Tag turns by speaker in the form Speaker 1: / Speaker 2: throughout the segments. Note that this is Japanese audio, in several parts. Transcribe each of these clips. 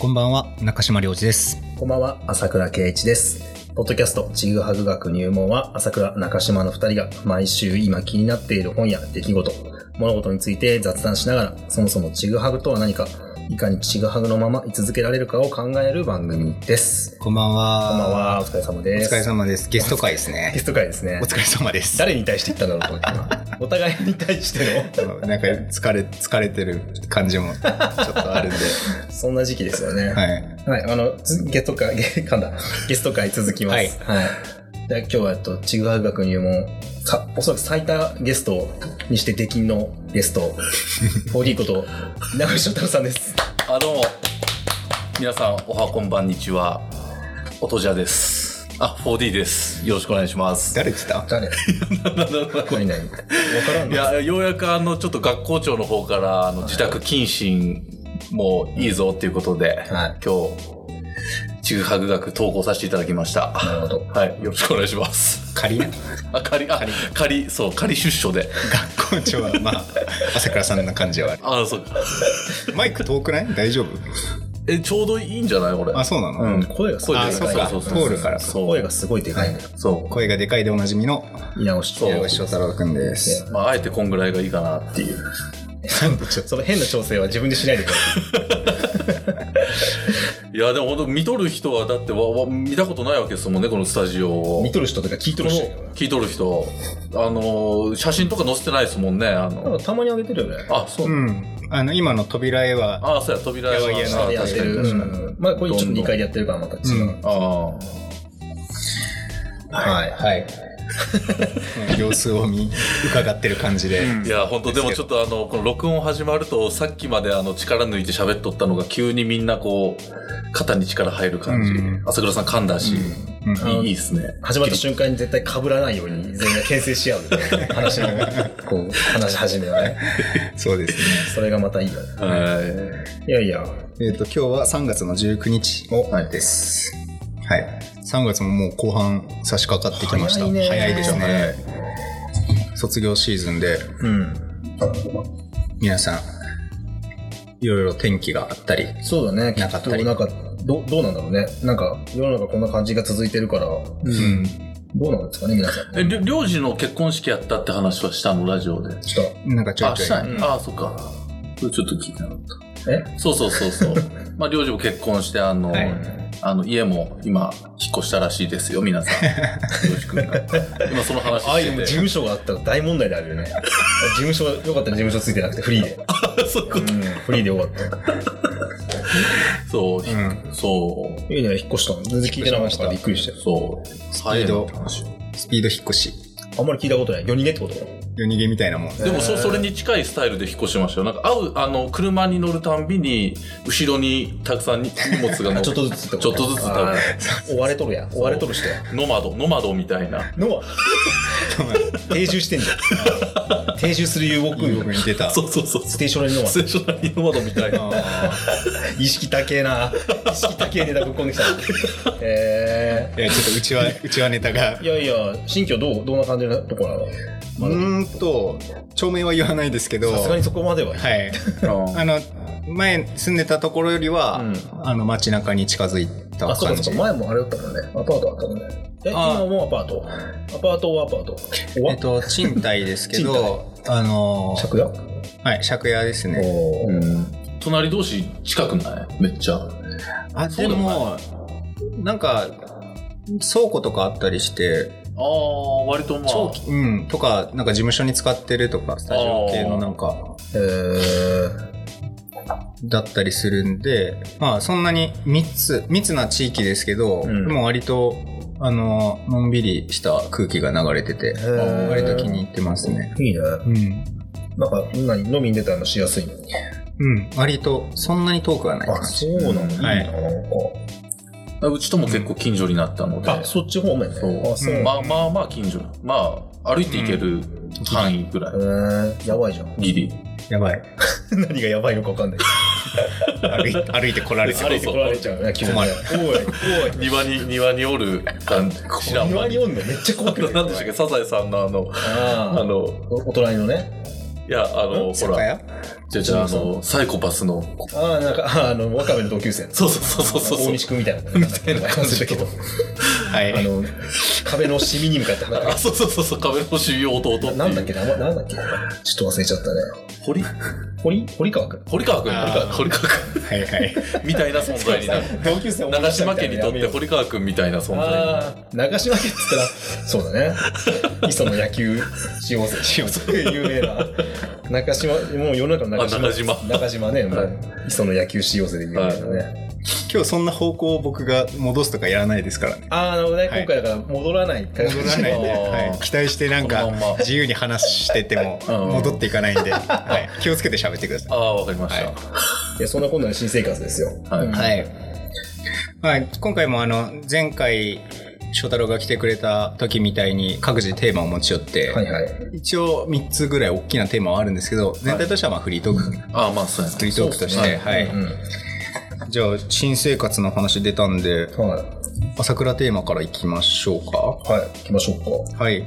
Speaker 1: こんばんは、中島良二です。
Speaker 2: こんばんは、朝倉圭一です。ポッドキャスト、ちぐはぐ学入門は、朝倉、中島の二人が、毎週今気になっている本や出来事、物事について雑談しながら、そもそもちぐはぐとは何か、いかにちぐはぐのまま居続けられるかを考える番組です。
Speaker 1: こんばんは。
Speaker 2: こんばんは、お疲れ様
Speaker 1: お
Speaker 2: です。
Speaker 1: 疲れ様です。ゲスト会です
Speaker 2: ゲ
Speaker 1: ね。
Speaker 2: スト会ですね
Speaker 1: お。疲れ様です。
Speaker 2: 誰に対して言ったんだろうと思って今 お互いに対しての、
Speaker 1: なんか疲れ、疲れてる感じもちょっとあるんで。
Speaker 2: そんな時期ですよね。
Speaker 1: はい。
Speaker 2: はい、あの、つゲスト会、ゲ、 噛んだ。ゲスト会続きます。
Speaker 1: は
Speaker 2: はいい。で今日は、えっと、ちぐはぐ学入門、さ、おそらく最多ゲストにして出禁のゲス ト、4D こと、名越翔太郎さんです。
Speaker 3: あどうも皆さんおはこんばんにちはおとじゃですあ 4D ですよろしくお願い します
Speaker 1: 誰来た
Speaker 2: 誰怖いない。わからん
Speaker 3: い
Speaker 2: の
Speaker 3: やようやくあのちょっと学校長の方からあの自宅謹慎もいいぞっていうことで、
Speaker 2: はい
Speaker 3: 今日ちぐはぐ学投稿させていただきました
Speaker 2: なるほど。
Speaker 3: はいよろしくお願いします
Speaker 1: 仮な
Speaker 3: あ仮あ仮そう仮出所で
Speaker 1: 学校長はまあ、朝倉さんな感じはある。
Speaker 3: あそうか
Speaker 1: マイク遠くない大丈夫
Speaker 3: えちょうどいいんじゃないこれ
Speaker 1: あ、そうなの、
Speaker 3: うん
Speaker 2: 声がすごい
Speaker 1: あ、
Speaker 2: で
Speaker 1: そ
Speaker 2: か
Speaker 1: う
Speaker 2: い。
Speaker 1: か。
Speaker 3: そうそうそう
Speaker 1: 通るから。
Speaker 3: そう
Speaker 2: 声がすごいでかいんだよ。
Speaker 3: そう
Speaker 1: 声がでかいでおなじみの、
Speaker 2: 稲越
Speaker 3: そ
Speaker 2: 翔
Speaker 3: う
Speaker 1: 宮越翔太郎くんです。
Speaker 3: まああえてこんぐらいがいいかなっていう
Speaker 2: その変な調整は自分でしないでくださ
Speaker 3: いやでも本当見とる人はだってわわ見たことないわけですもんねこのスタジオ
Speaker 2: い。
Speaker 3: を
Speaker 2: 見とる人とか聞いとる人だよ
Speaker 3: この聞いとる人あのー写真とか載せてないですもんね
Speaker 2: なな
Speaker 3: あ
Speaker 2: ん
Speaker 3: の
Speaker 2: かたまに上げてるよね。
Speaker 3: あそう、
Speaker 1: うん。あの、今の扉絵は、
Speaker 3: あそうや扉絵
Speaker 1: いやいや
Speaker 3: あ
Speaker 2: やってる。
Speaker 3: 確かに
Speaker 2: うんまあ、これちょっと2回でやってるからまた違う。
Speaker 1: うん
Speaker 3: あ
Speaker 2: はい。
Speaker 1: はい。 様子を見、伺ってる感じで。
Speaker 3: あいや本当でもちょっとあのこの録音始まるとさっきまであの力抜いて喋っとったのが急にみんなこう肩に力入る感じ、
Speaker 1: うん
Speaker 3: 朝倉さん噛んだし、
Speaker 1: うん
Speaker 2: うん
Speaker 3: いいいですね
Speaker 2: 始まった瞬間に絶対被らないように全員が牽制し合うみたいな話の、 こう、話し始めはね。
Speaker 1: そうですね。
Speaker 2: それがまたいいよね。
Speaker 3: は
Speaker 2: い
Speaker 3: い
Speaker 2: やいや、
Speaker 1: えっ、と、今日は3月の19日
Speaker 2: はい
Speaker 1: です。はい。3月ももう後半差し掛かってきました。
Speaker 2: 早いね
Speaker 1: です
Speaker 3: は
Speaker 1: ね。卒業シーズンで、
Speaker 2: うん。
Speaker 1: 皆さん、いろいろ天気があったり、
Speaker 2: そうだね、き
Speaker 1: な
Speaker 2: っ
Speaker 1: かった
Speaker 2: と、
Speaker 1: り
Speaker 2: なんか、どどうなんだろうね。なんか、世の中こんな感じが続いてるから、ど
Speaker 1: うん。
Speaker 2: うなんですかね、皆さん
Speaker 3: え
Speaker 2: ね。
Speaker 3: りょりょうじの結婚式やったって話はしたのラジオで
Speaker 2: ちょっと、
Speaker 1: なんかちょい
Speaker 3: あ、
Speaker 1: ち
Speaker 3: した
Speaker 1: ょ
Speaker 3: い、
Speaker 2: うん
Speaker 3: あ、そっか。それちょっと聞いてなかった。
Speaker 2: え
Speaker 3: そうそうそう そう。まあ、両も結婚して、あの、
Speaker 1: はい
Speaker 3: あの、家も今、引っ越したらしいですよ、皆さ ん。両君が。今、その話
Speaker 2: ああいうで
Speaker 3: し
Speaker 2: も事
Speaker 3: てて。
Speaker 2: 務所があったら大問題であるよ ね。事務所、よかったね、事務所ついてなくて、フリーで。
Speaker 3: そういうこ
Speaker 2: うん、フリーでよかった。
Speaker 3: と。そう
Speaker 1: い。う、ん。
Speaker 3: そう、
Speaker 2: いいね、引っ越したの。全然聞いてなかったからびっくりしたよ。
Speaker 3: そう。
Speaker 1: ピード
Speaker 3: 早いな話
Speaker 1: スピード引っ越し。
Speaker 2: あんまり聞いたことない。夜逃げってこと
Speaker 1: 夜逃げみたいなもん。
Speaker 3: でもそ、それに近いスタイルで引っ越しましたよ。なんか、会う、あの、車に乗るたんびに、後ろにたくさんに荷物が乗
Speaker 2: ちょっとず
Speaker 3: つ。
Speaker 2: つってこと
Speaker 3: ちょっとずつ食べる
Speaker 2: あ ー追われとるやん。追われとる人や。
Speaker 3: ノマド、ノマドみたいな。
Speaker 2: のは、 定住してんじゃん。定住する遊牧
Speaker 1: いい
Speaker 2: 民
Speaker 1: 僕に出た。
Speaker 3: そうそうそう。
Speaker 2: ス
Speaker 3: ス
Speaker 2: テーショナリーのは、
Speaker 3: テーショナリーノマドみたいな。
Speaker 1: あ
Speaker 2: 意識高えな。意識高えネタぶっ込んできたな。え
Speaker 1: ーいや、ちょっとうちは、うちはネタが
Speaker 2: ー、い。やいや、新居どう、どんな感じのとこなの
Speaker 1: うーんと、町名は言わないですけど、
Speaker 2: さすがにそこまでは。
Speaker 1: はい。あの、前住んでたところよりは、
Speaker 2: うん
Speaker 1: あの、街中に近づいた
Speaker 2: あ、そう
Speaker 1: 感
Speaker 2: か
Speaker 1: じ。
Speaker 2: そうか。前もあれだったもんね。アパートあったもんね。え、
Speaker 1: あー
Speaker 2: 今もアパートアパートはアパート。
Speaker 1: え
Speaker 2: おわ
Speaker 1: っと、賃貸ですけど、 あの、
Speaker 2: 借家
Speaker 1: はい、借家ですね。
Speaker 2: おー
Speaker 3: 隣同士近くないめっちゃ。
Speaker 1: あ、
Speaker 3: そ
Speaker 1: で
Speaker 3: うで
Speaker 1: も
Speaker 3: も、
Speaker 1: なんか、倉庫とかあったりして、
Speaker 3: ああ、割とまあ。
Speaker 1: 長期、うん、とか、なんか事務所に使ってるとか、スタジオ系のなんか、
Speaker 2: えー、
Speaker 1: だったりするんで、まあ、そんなに密、密な地域ですけど、
Speaker 2: うん
Speaker 1: でも割と、あの、のんびりした空気が流れてて、
Speaker 2: ー
Speaker 1: 割と気に入ってますね。
Speaker 2: いいね。
Speaker 1: うん。
Speaker 2: なんか、何飲みに出たりもしやすいの
Speaker 1: うん、割と、そんなに遠くはない
Speaker 2: あ、
Speaker 1: 感じ。
Speaker 2: そうなのいいな、
Speaker 1: はい
Speaker 2: なんか。
Speaker 3: あうちとも結構近所になったので。
Speaker 2: あ、そっち方面ね。
Speaker 3: そう
Speaker 2: あ、そう。
Speaker 1: うん
Speaker 2: ま
Speaker 3: まあまあまあ近所。まあ、歩いていける範囲ぐらい。
Speaker 2: えー、やばいじゃん。
Speaker 3: ギリ。
Speaker 1: やばい。
Speaker 2: 何がやばいのかわかんない。
Speaker 1: 歩い 歩いて来られて
Speaker 3: そう
Speaker 2: 歩いてこられちゃうね。急に
Speaker 1: 困る
Speaker 2: おい、おい。
Speaker 3: 庭に、庭におる感 じ。知らん
Speaker 2: 庭
Speaker 3: わ。
Speaker 2: におんのめっちゃ怖くない
Speaker 3: なんでしたっけサザエさんのあの、
Speaker 2: あ
Speaker 3: あ
Speaker 2: あ。
Speaker 3: の、
Speaker 2: おお隣のね。
Speaker 3: いや、あの、
Speaker 1: そ
Speaker 3: ほ、
Speaker 1: うからや
Speaker 3: じゃあ、じゃあ、あの、サイコパスの。
Speaker 2: ああ、なんか、あーあの、ワカメの同級生。
Speaker 3: そうそうそうそうそう。
Speaker 2: 大西くんみたいな。み
Speaker 3: たいな感じ
Speaker 2: だけど、
Speaker 1: は
Speaker 2: あ
Speaker 1: い。
Speaker 2: の、壁のシミに向かって話
Speaker 3: あ、そうそうそうそう、壁の主要弟ってい
Speaker 2: な
Speaker 3: う。
Speaker 2: なんだっけな、まなんだっけちょっと忘れちゃったね。
Speaker 3: 堀
Speaker 2: 堀、堀川くん。
Speaker 3: 堀川くん
Speaker 1: あー
Speaker 3: 堀川く
Speaker 1: はいはい。
Speaker 3: んみたいな存在になる。
Speaker 2: 同級生
Speaker 3: 長島家にとって堀川くんみたいな存在になる。
Speaker 2: ああ、長島家って言ったら、そうだね。磯の野球使用者、使用者、有名な。中島、もう世の中の中島。
Speaker 3: あ中島
Speaker 2: 中島ね、も
Speaker 3: は
Speaker 2: う、磯の野球使用者で有名なね。
Speaker 1: 今日そんな方向を僕が戻すとかやらないですからね。
Speaker 2: ああ、なるほどね。
Speaker 1: はい
Speaker 2: 今回だから戻らない戻
Speaker 1: 戻らないんで、
Speaker 3: あー
Speaker 1: はい、期待してなんか
Speaker 3: このまんま
Speaker 1: 自由に話してても
Speaker 3: うん
Speaker 1: 戻っていかないんで、はい、気をつけて喋ってくださ
Speaker 3: ああ、わかりました。
Speaker 1: はい
Speaker 2: や、そんなこんなの新生活ですよ。
Speaker 3: はい
Speaker 2: うん
Speaker 1: い。はい。まあ、今回もあの、前回、翔太郎が来てくれた時みたいに各自テーマを持ち寄って、
Speaker 2: はいはい。
Speaker 1: 一応3つぐらい大きなテーマはあるんですけど、全体としてはまあフリートーク、
Speaker 3: ああ、まあ、そうやね
Speaker 1: フリートークとして、はい。
Speaker 2: うん。
Speaker 1: じゃあ、新生活の話出たんで、
Speaker 2: は
Speaker 1: 朝倉テーマからいきましょうか。
Speaker 2: い。はい。行きましょうか。
Speaker 1: はい。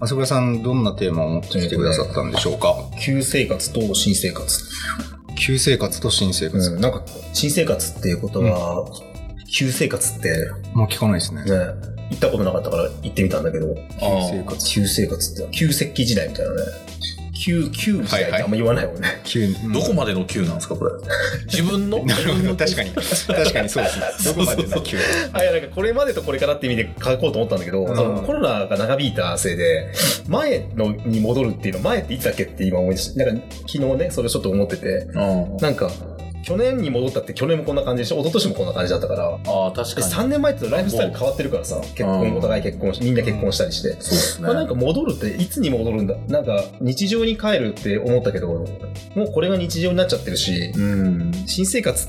Speaker 1: 朝倉さん、どんなテーマを持ってきてくださったんでしょうか。
Speaker 2: 旧生活と新生活。
Speaker 1: 旧生活と新生活。
Speaker 2: うん。なんか、新生活っていうことは、旧生活って、
Speaker 1: もう聞かないですね。
Speaker 2: ね、行ったことなかったから行ってみたんだけど、
Speaker 1: 旧生活。
Speaker 2: 旧生活って、旧石器時代みたいなね。旧、旧時代ってあんま言わないもんね。
Speaker 1: 旧、
Speaker 3: どこまでの級なんですか、これ。自分の
Speaker 1: なるほど、 確かに。確かにそうですね。どこまでの急
Speaker 2: あいや、なんかこれまでとこれからって意味で書こうと思ったんだけど、
Speaker 1: ん
Speaker 2: そのコロナが長引いたせいで、前のに戻るっていうの、前っていつだっけって今思い出して、なんか昨日ね、それをちょっと思ってて、
Speaker 3: うん
Speaker 2: なんか、去年に戻ったって去年もこんな感じでしょ一昨年もこんな感じだったから。
Speaker 3: ああ、確
Speaker 2: で
Speaker 3: かに。
Speaker 2: 3年前ってライフスタイル変わってるからさ、結
Speaker 3: う
Speaker 2: 婚、
Speaker 3: ん
Speaker 2: お互い結婚し、みんな結婚したりして。
Speaker 3: そうですね。
Speaker 2: まあ、なんか戻るっていつに戻るんだなんか日常に帰るって思ったけどもうこれが日常になっちゃってるし
Speaker 3: うん。
Speaker 2: 新生活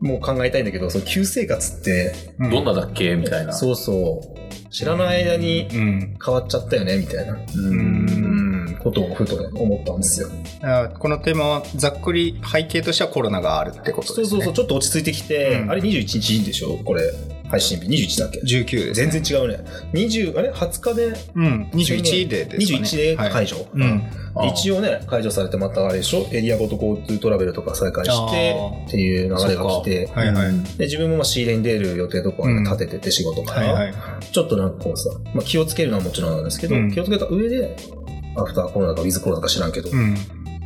Speaker 2: も考えたいんだけどその旧生活って
Speaker 3: どんなだっけみたいな。
Speaker 2: そうそう知らない間に
Speaker 1: うん。
Speaker 2: 変わっちゃったよねみたいな
Speaker 3: う
Speaker 2: うんことをふとね思ったんですよ
Speaker 1: あこのテーマはざっくり背景としてはコロナがあるってこと
Speaker 2: そ
Speaker 1: で
Speaker 2: う
Speaker 1: す
Speaker 2: そう
Speaker 1: ね。
Speaker 2: そうちょっと落ち着いてきて、
Speaker 1: うん
Speaker 2: あれ21日でしょこれ配信日21だっけ
Speaker 1: 19です、
Speaker 2: 全然。違うね20あれ20日で
Speaker 1: うん。21でですかね。
Speaker 2: 21で
Speaker 1: はい
Speaker 2: 解除、
Speaker 1: うん。
Speaker 3: ああ
Speaker 2: 一応ね、解除されてまたあれでしょ、エリアごと GoTo トラベルとか再開して
Speaker 1: あー
Speaker 2: っていう流れが来て
Speaker 1: そっ、かはいはい。
Speaker 2: で自分もまあ仕入れに出る予定とか
Speaker 1: うん
Speaker 2: 立ててて仕事か
Speaker 1: はい
Speaker 2: ら、
Speaker 1: はい。
Speaker 2: ちょっとなんかこうさ、まあ、気をつけるのはもちろんなんですけど、
Speaker 1: うん
Speaker 2: 気をつけた上で、アフターコロナかウィズコロナか知らんけど、
Speaker 1: うん。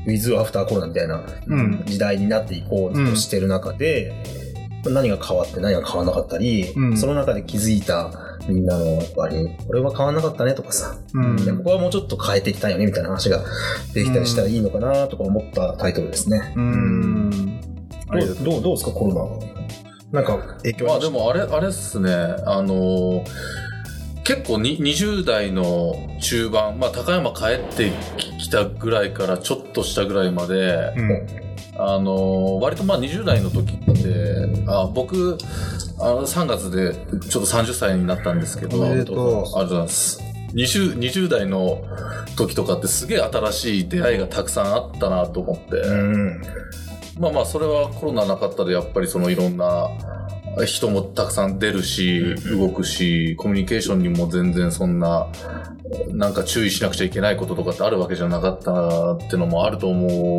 Speaker 2: ウィズアフターコロナみたいな
Speaker 1: うん
Speaker 2: 時代になっていこうとしてる中で、何が変わって何が変わらなかったり、
Speaker 1: うん
Speaker 2: その中で気づいたみんなのやっぱり、これは変わらなかったねとかさ、
Speaker 1: うん
Speaker 2: いやここはもうちょっと変えていきたいよねみたいな話ができたりしたらいいのかなとか思ったタイトルですね。
Speaker 1: うん。ありが
Speaker 2: どう
Speaker 1: とう。
Speaker 2: どうどうですかコロナなんか影響
Speaker 3: ま
Speaker 2: あ
Speaker 3: あ
Speaker 2: り
Speaker 3: で
Speaker 2: まし
Speaker 3: もあれ、あれっすね。あのー結構に20代の中盤、まあ高山帰ってきたぐらいからちょっとしたぐらいまで、
Speaker 1: うん。
Speaker 3: あのー割とまあ20代の時って、あ僕、あの3月でちょっと30歳になったんですけど、
Speaker 1: お
Speaker 3: あ
Speaker 1: め
Speaker 3: り
Speaker 1: で
Speaker 3: がとう
Speaker 1: と
Speaker 3: ございます。20, 20代の時とかってすげえ新しい出会いがたくさんあったなと思って、
Speaker 2: たうん
Speaker 3: まあまあそれはコロナなかったでやっぱりそのいろんな人もたくさん出るし動くしコミュニケーションにも全然そんななんか注意しなくちゃいけないこととかってあるわけじゃなかったってのもあると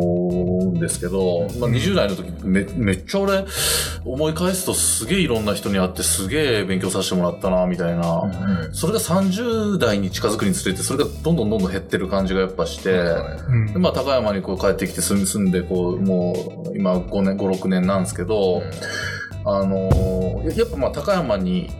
Speaker 3: 思うんですけど、まあ、20代の時めめっちゃ俺思い返すとすげえいろんな人に会ってすげえ勉強させてもらったなみたいな。
Speaker 2: うん
Speaker 3: それが30代に近づくにつれて、それがどんどんどんどん減ってる感じがやっぱして、
Speaker 1: うん
Speaker 3: でまあ、高山にこう帰ってきて住ん住んでこうもう今5年56年なんですけど、あのーややっぱまあ高山に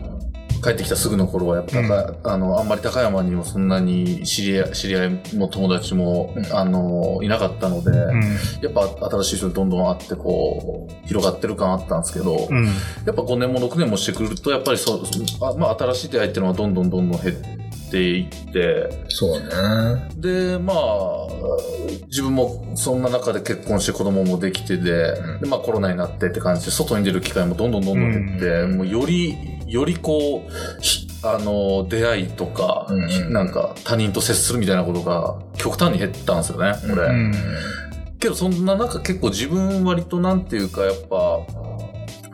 Speaker 3: 帰ってきたすぐの頃はやっぱ高、あのあんまり高山にもそんなに知り合い知り合いも友達も、
Speaker 2: うん
Speaker 3: あのーいなかったので、
Speaker 1: うん
Speaker 3: やっぱ新しい人にどんどん会ってこう広がってる感あったんですけど、
Speaker 1: うん。
Speaker 3: やっぱ5年も6年もしてくるとやっぱりそうあ、まあ、新しい出会いっていうのはどんどんどんどん減っていって。
Speaker 2: そうだね。
Speaker 3: で、まあ、自分もそんな中で結婚して子供もできてで、
Speaker 2: うん
Speaker 3: でまあコロナになってって感じで、外に出る機会もどんどんどんどん減って、
Speaker 2: うん
Speaker 3: もうより、よりこう、ひあの、出会いとか、
Speaker 2: うんうん
Speaker 3: なんか他人と接するみたいなことが極端に減ったんですよね、これ。
Speaker 2: う
Speaker 1: うん。
Speaker 3: けどそんな中結構自分割となんていうかやっぱ、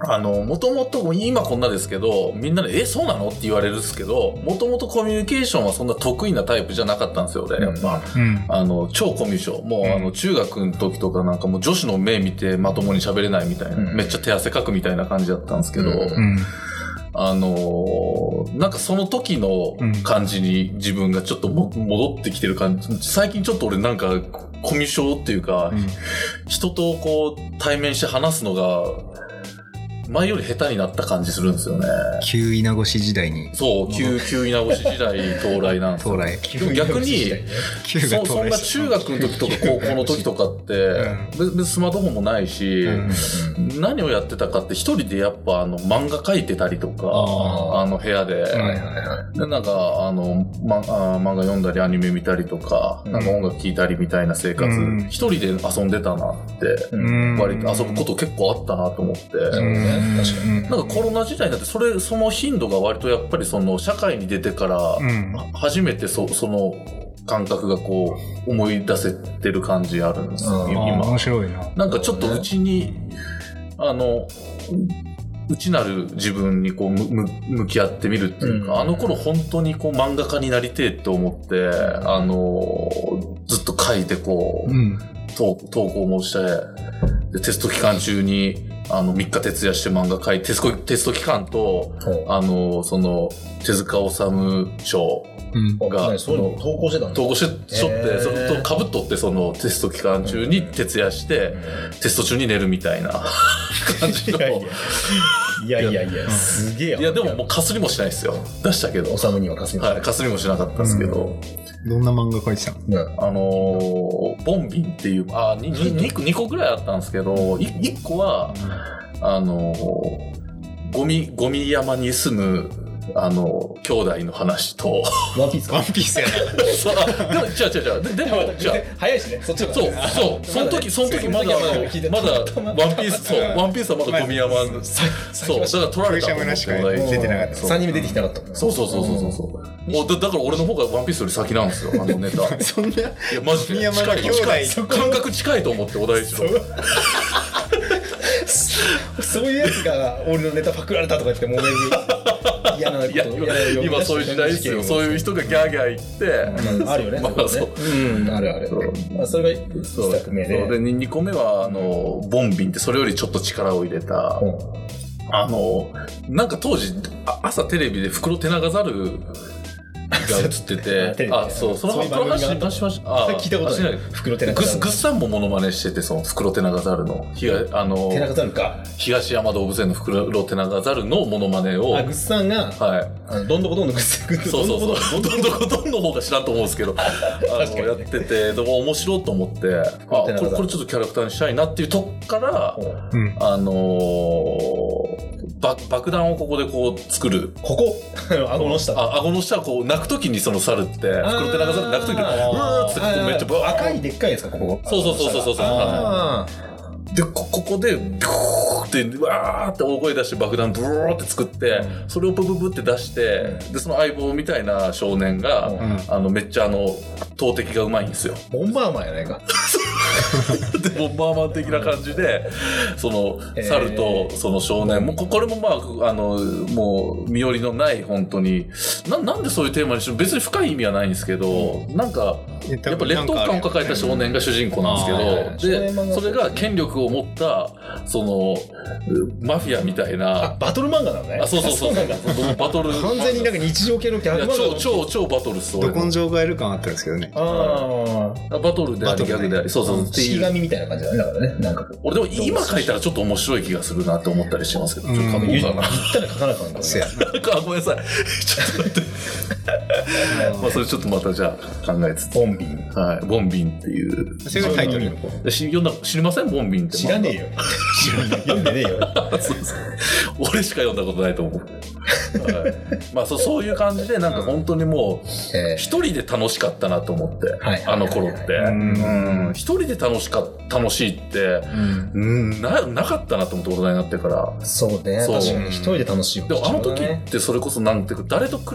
Speaker 3: あの、もともと、今こんなですけど、みんなで、え、そうなのって言われるんですけど、もともとコミュニケーションはそんな得意なタイプじゃなかったんですよ、俺。やっぱ、
Speaker 1: うん。
Speaker 3: あの、超コミュ障。もう、
Speaker 1: うん
Speaker 3: あの、中学の時とかなんかもう女子の目見てまともに喋れないみたいな、
Speaker 2: うん
Speaker 3: めっちゃ手汗かくみたいな感じだったんですけど、
Speaker 2: うん
Speaker 1: うん。
Speaker 3: あのーなんかその時の感じに自分がちょっとも戻ってきてる感じ。最近ちょっと俺なんか、コミュ障っていうか、人とこう対面して話すのが、前より下手になった感じするんですよね。
Speaker 1: 旧稲越時代に
Speaker 3: そう、急、急稲越し時代到来なんですよ
Speaker 1: 到。来。
Speaker 3: でも逆に、
Speaker 1: 旧が
Speaker 3: そう
Speaker 1: 到
Speaker 3: そん
Speaker 1: 来
Speaker 3: な
Speaker 1: し
Speaker 3: 中学の時とか高校の時とかって、別にスマートフォンもないし、
Speaker 1: た。うん
Speaker 3: 何をやってたかって一人でやっぱあの漫画描いてたりとか、
Speaker 1: あ
Speaker 3: あの部屋で、
Speaker 2: はいはいはい。
Speaker 3: で、なんか、あの、ま、あー漫画読んだり、アニメ見たりとか、
Speaker 2: うん
Speaker 3: なんか音楽聴いたりみたいな生活、
Speaker 1: うん
Speaker 3: 一人で遊んでたなって、
Speaker 1: うん
Speaker 3: 割と遊ぶこと結構あったなと思って、
Speaker 2: んね確かに
Speaker 1: うん
Speaker 3: なんかコロナ時代になって、それ、その頻度が割とやっぱりその、社会に出てから、
Speaker 1: うん
Speaker 3: 初めてそ、その感覚がこう、思い出せてる感じあるんですよ、
Speaker 2: うん
Speaker 1: あー
Speaker 3: 今
Speaker 1: 面。白いな。
Speaker 3: なんかちょっとうちに、あの、内なる自分にこうむむ向き合ってみるっていうか、
Speaker 2: うん
Speaker 3: あの頃本当にこう漫画家になりてえと思って、あの、ずっと書いてこう、
Speaker 1: ん。
Speaker 3: 投投稿もして、で、テスト期間中に、あの、3日徹夜して漫画書いて、テスコテスト期間と、
Speaker 2: そう
Speaker 3: あの、その、手塚治虫賞
Speaker 1: うん。
Speaker 3: が
Speaker 2: あそういうの投稿してたんだ。
Speaker 3: 投稿ししょっ
Speaker 2: へ
Speaker 3: て、
Speaker 2: ー
Speaker 3: それとかぶっとって、そのテスト期間中に徹夜して、テスト中に寝るみたいな 感じの。いや
Speaker 2: いやいやいや、すげえやん
Speaker 3: でももうかすりもしないですよ。出したけど
Speaker 2: お。さむにはかすみ
Speaker 3: はい、かすりもしなかったんですけど。
Speaker 1: どんな漫画描いてたの
Speaker 2: うん
Speaker 3: あのーボンビンっていう、あ、ににに 2, 個ぐらいあったんですけど、1個は、あのーゴミ、ゴミ山に住む、あのー兄弟の話 と、
Speaker 2: ワンピースか
Speaker 1: ワンピースやな。
Speaker 3: そうあでも、違う違う違う、ででも、違う。
Speaker 2: 早いしね、そっちの方
Speaker 3: そう
Speaker 2: が、
Speaker 3: そう、その時、その時まだ、まだ、ワンピース、そう、ワンピースはまだゴミ山の、そう、だから取られたと思ってもらえて
Speaker 1: 出てなかった
Speaker 2: 3人目出てきなかったもんな
Speaker 3: そうそうそうそうそうそう。もうだだから俺の方がワンピースより先なんですよ、あのネタ。い
Speaker 1: そんな、
Speaker 3: や、マジで。
Speaker 1: 宮山が兄
Speaker 3: 近い
Speaker 1: 弟
Speaker 3: 近い感覚近いと思って、お題しろ。
Speaker 2: そういうやつが俺のネタパクられたとか言って揉める嫌なこと
Speaker 3: いや、今今そういう時代ですよ。そういう人がギャーギャー言って。
Speaker 2: まああるよね
Speaker 3: まあ
Speaker 2: そういう
Speaker 3: そう
Speaker 2: のねうんあるある
Speaker 3: そう
Speaker 2: まあそれが
Speaker 3: そう
Speaker 2: 1作目で
Speaker 3: そうで2個目はあのボンビンってそれよりちょっと力を入れた、
Speaker 2: うん
Speaker 3: あのなんか当時あ朝テレビで袋手長猿が映
Speaker 2: あテ
Speaker 3: って
Speaker 2: レ
Speaker 3: て
Speaker 2: ビ
Speaker 3: あそうその
Speaker 2: そういう
Speaker 3: その
Speaker 2: 番組があ
Speaker 3: 話
Speaker 2: っ
Speaker 3: 出しましたあ
Speaker 2: 聞いたこと
Speaker 3: あしな
Speaker 2: ない
Speaker 3: い
Speaker 2: 袋手長
Speaker 3: グス
Speaker 2: 猿
Speaker 3: グッさんもモノマネしててその袋手長猿の東あの
Speaker 2: 手長猿か
Speaker 3: 東山動物園の袋手長猿のモノマネを
Speaker 2: あ
Speaker 3: は
Speaker 2: グッさんが
Speaker 3: い
Speaker 2: あのどんどこどんどんグッさんグッ
Speaker 3: そうそう
Speaker 2: どんどこ
Speaker 3: そうどんどこどんの方が知らんと思うんですけどあ
Speaker 2: 確かに
Speaker 3: のやっててでも面白いと思ってあこ
Speaker 2: 手長
Speaker 3: れ
Speaker 2: 猿
Speaker 3: これちょっとキャラクターにしたいなっていうとこから
Speaker 2: どんどん
Speaker 1: うん。
Speaker 3: あのーば爆弾をここでこう作る
Speaker 2: ここ 顎の下
Speaker 3: あ、顎の下はこう、泣くときにその猿って、袋手長猿泣くときに、う
Speaker 2: あー
Speaker 3: わーってこうめっちゃバー
Speaker 2: 赤いでっかいやつかここ
Speaker 3: そうそうそうそうそうそう
Speaker 2: あ
Speaker 3: で、こ、ここで、ビューって、うわーって大声出して爆弾ブローって作って、それをブブブって出して、で、その相棒みたいな少年が、
Speaker 2: うん
Speaker 1: うん
Speaker 3: あの、めっちゃあの、投擲がうまいんですよ。
Speaker 2: ーボンバーマンやないか
Speaker 3: で、ボンバーマン的な感じで、その、
Speaker 2: へー
Speaker 3: 猿とその少年、もうここれもまあ、あの、もう、身寄りのない、本当に、な、なんでそういうテーマにし別に深い意味はないんですけど、なんか、
Speaker 1: やっ
Speaker 3: やっぱ劣等感を抱えた少年が主人公なんですけど、
Speaker 2: うんあーはいはいはい
Speaker 3: で、それが権力を持った、その、うマフィアみたい
Speaker 2: あ
Speaker 3: な、
Speaker 2: バトル漫画なのね
Speaker 3: あ、そうそうそう、
Speaker 2: なんだ
Speaker 3: バトル。
Speaker 2: 完全になんか日常系のギャ
Speaker 3: い
Speaker 2: グ
Speaker 3: や
Speaker 2: 漫画
Speaker 3: 超、超、超バトルっす、俺
Speaker 1: ど
Speaker 3: の
Speaker 1: 根性ガエル感あったんですけどね。
Speaker 2: ああ
Speaker 3: バトルであ
Speaker 1: バト
Speaker 3: り、
Speaker 1: ル
Speaker 3: ギャグであり、そうそう、って
Speaker 2: 死
Speaker 3: いう。
Speaker 2: 神みたいな感じだねだからねなんかこう
Speaker 3: 俺でも今書いたらちょっと面白い気がするなって思ったりしますけど、
Speaker 1: うん
Speaker 3: ちょっと書こ
Speaker 2: 言
Speaker 3: う
Speaker 2: っ
Speaker 3: かな。
Speaker 2: たら書かなあかん
Speaker 1: せ
Speaker 2: か
Speaker 1: やな。
Speaker 3: あごめんなさい。ちょっと待って。まあそれちょっとまたじゃあ考えつつ。
Speaker 2: ボンビン
Speaker 3: はい。ボンビンっていう。
Speaker 1: それがタイトル。
Speaker 3: でし読んだ知りませんボンビンって。
Speaker 2: 知らねえよ知らねえ読んでねえよ
Speaker 3: 俺しか読んだことないと思う。はい、まあそうそういう感じでなんか本当にもう
Speaker 2: え
Speaker 3: 一人で楽しかったなと思って、
Speaker 2: はい
Speaker 3: あの頃って、
Speaker 1: うん
Speaker 3: うん一人で楽しか楽しいって、
Speaker 1: うん。
Speaker 3: うん、ななかったなと思って大人になってから
Speaker 2: ーそうね
Speaker 3: そう
Speaker 2: 確かに一人で楽しいわ
Speaker 3: でもあの時
Speaker 2: ね
Speaker 3: ってそれこそなんていうか誰と比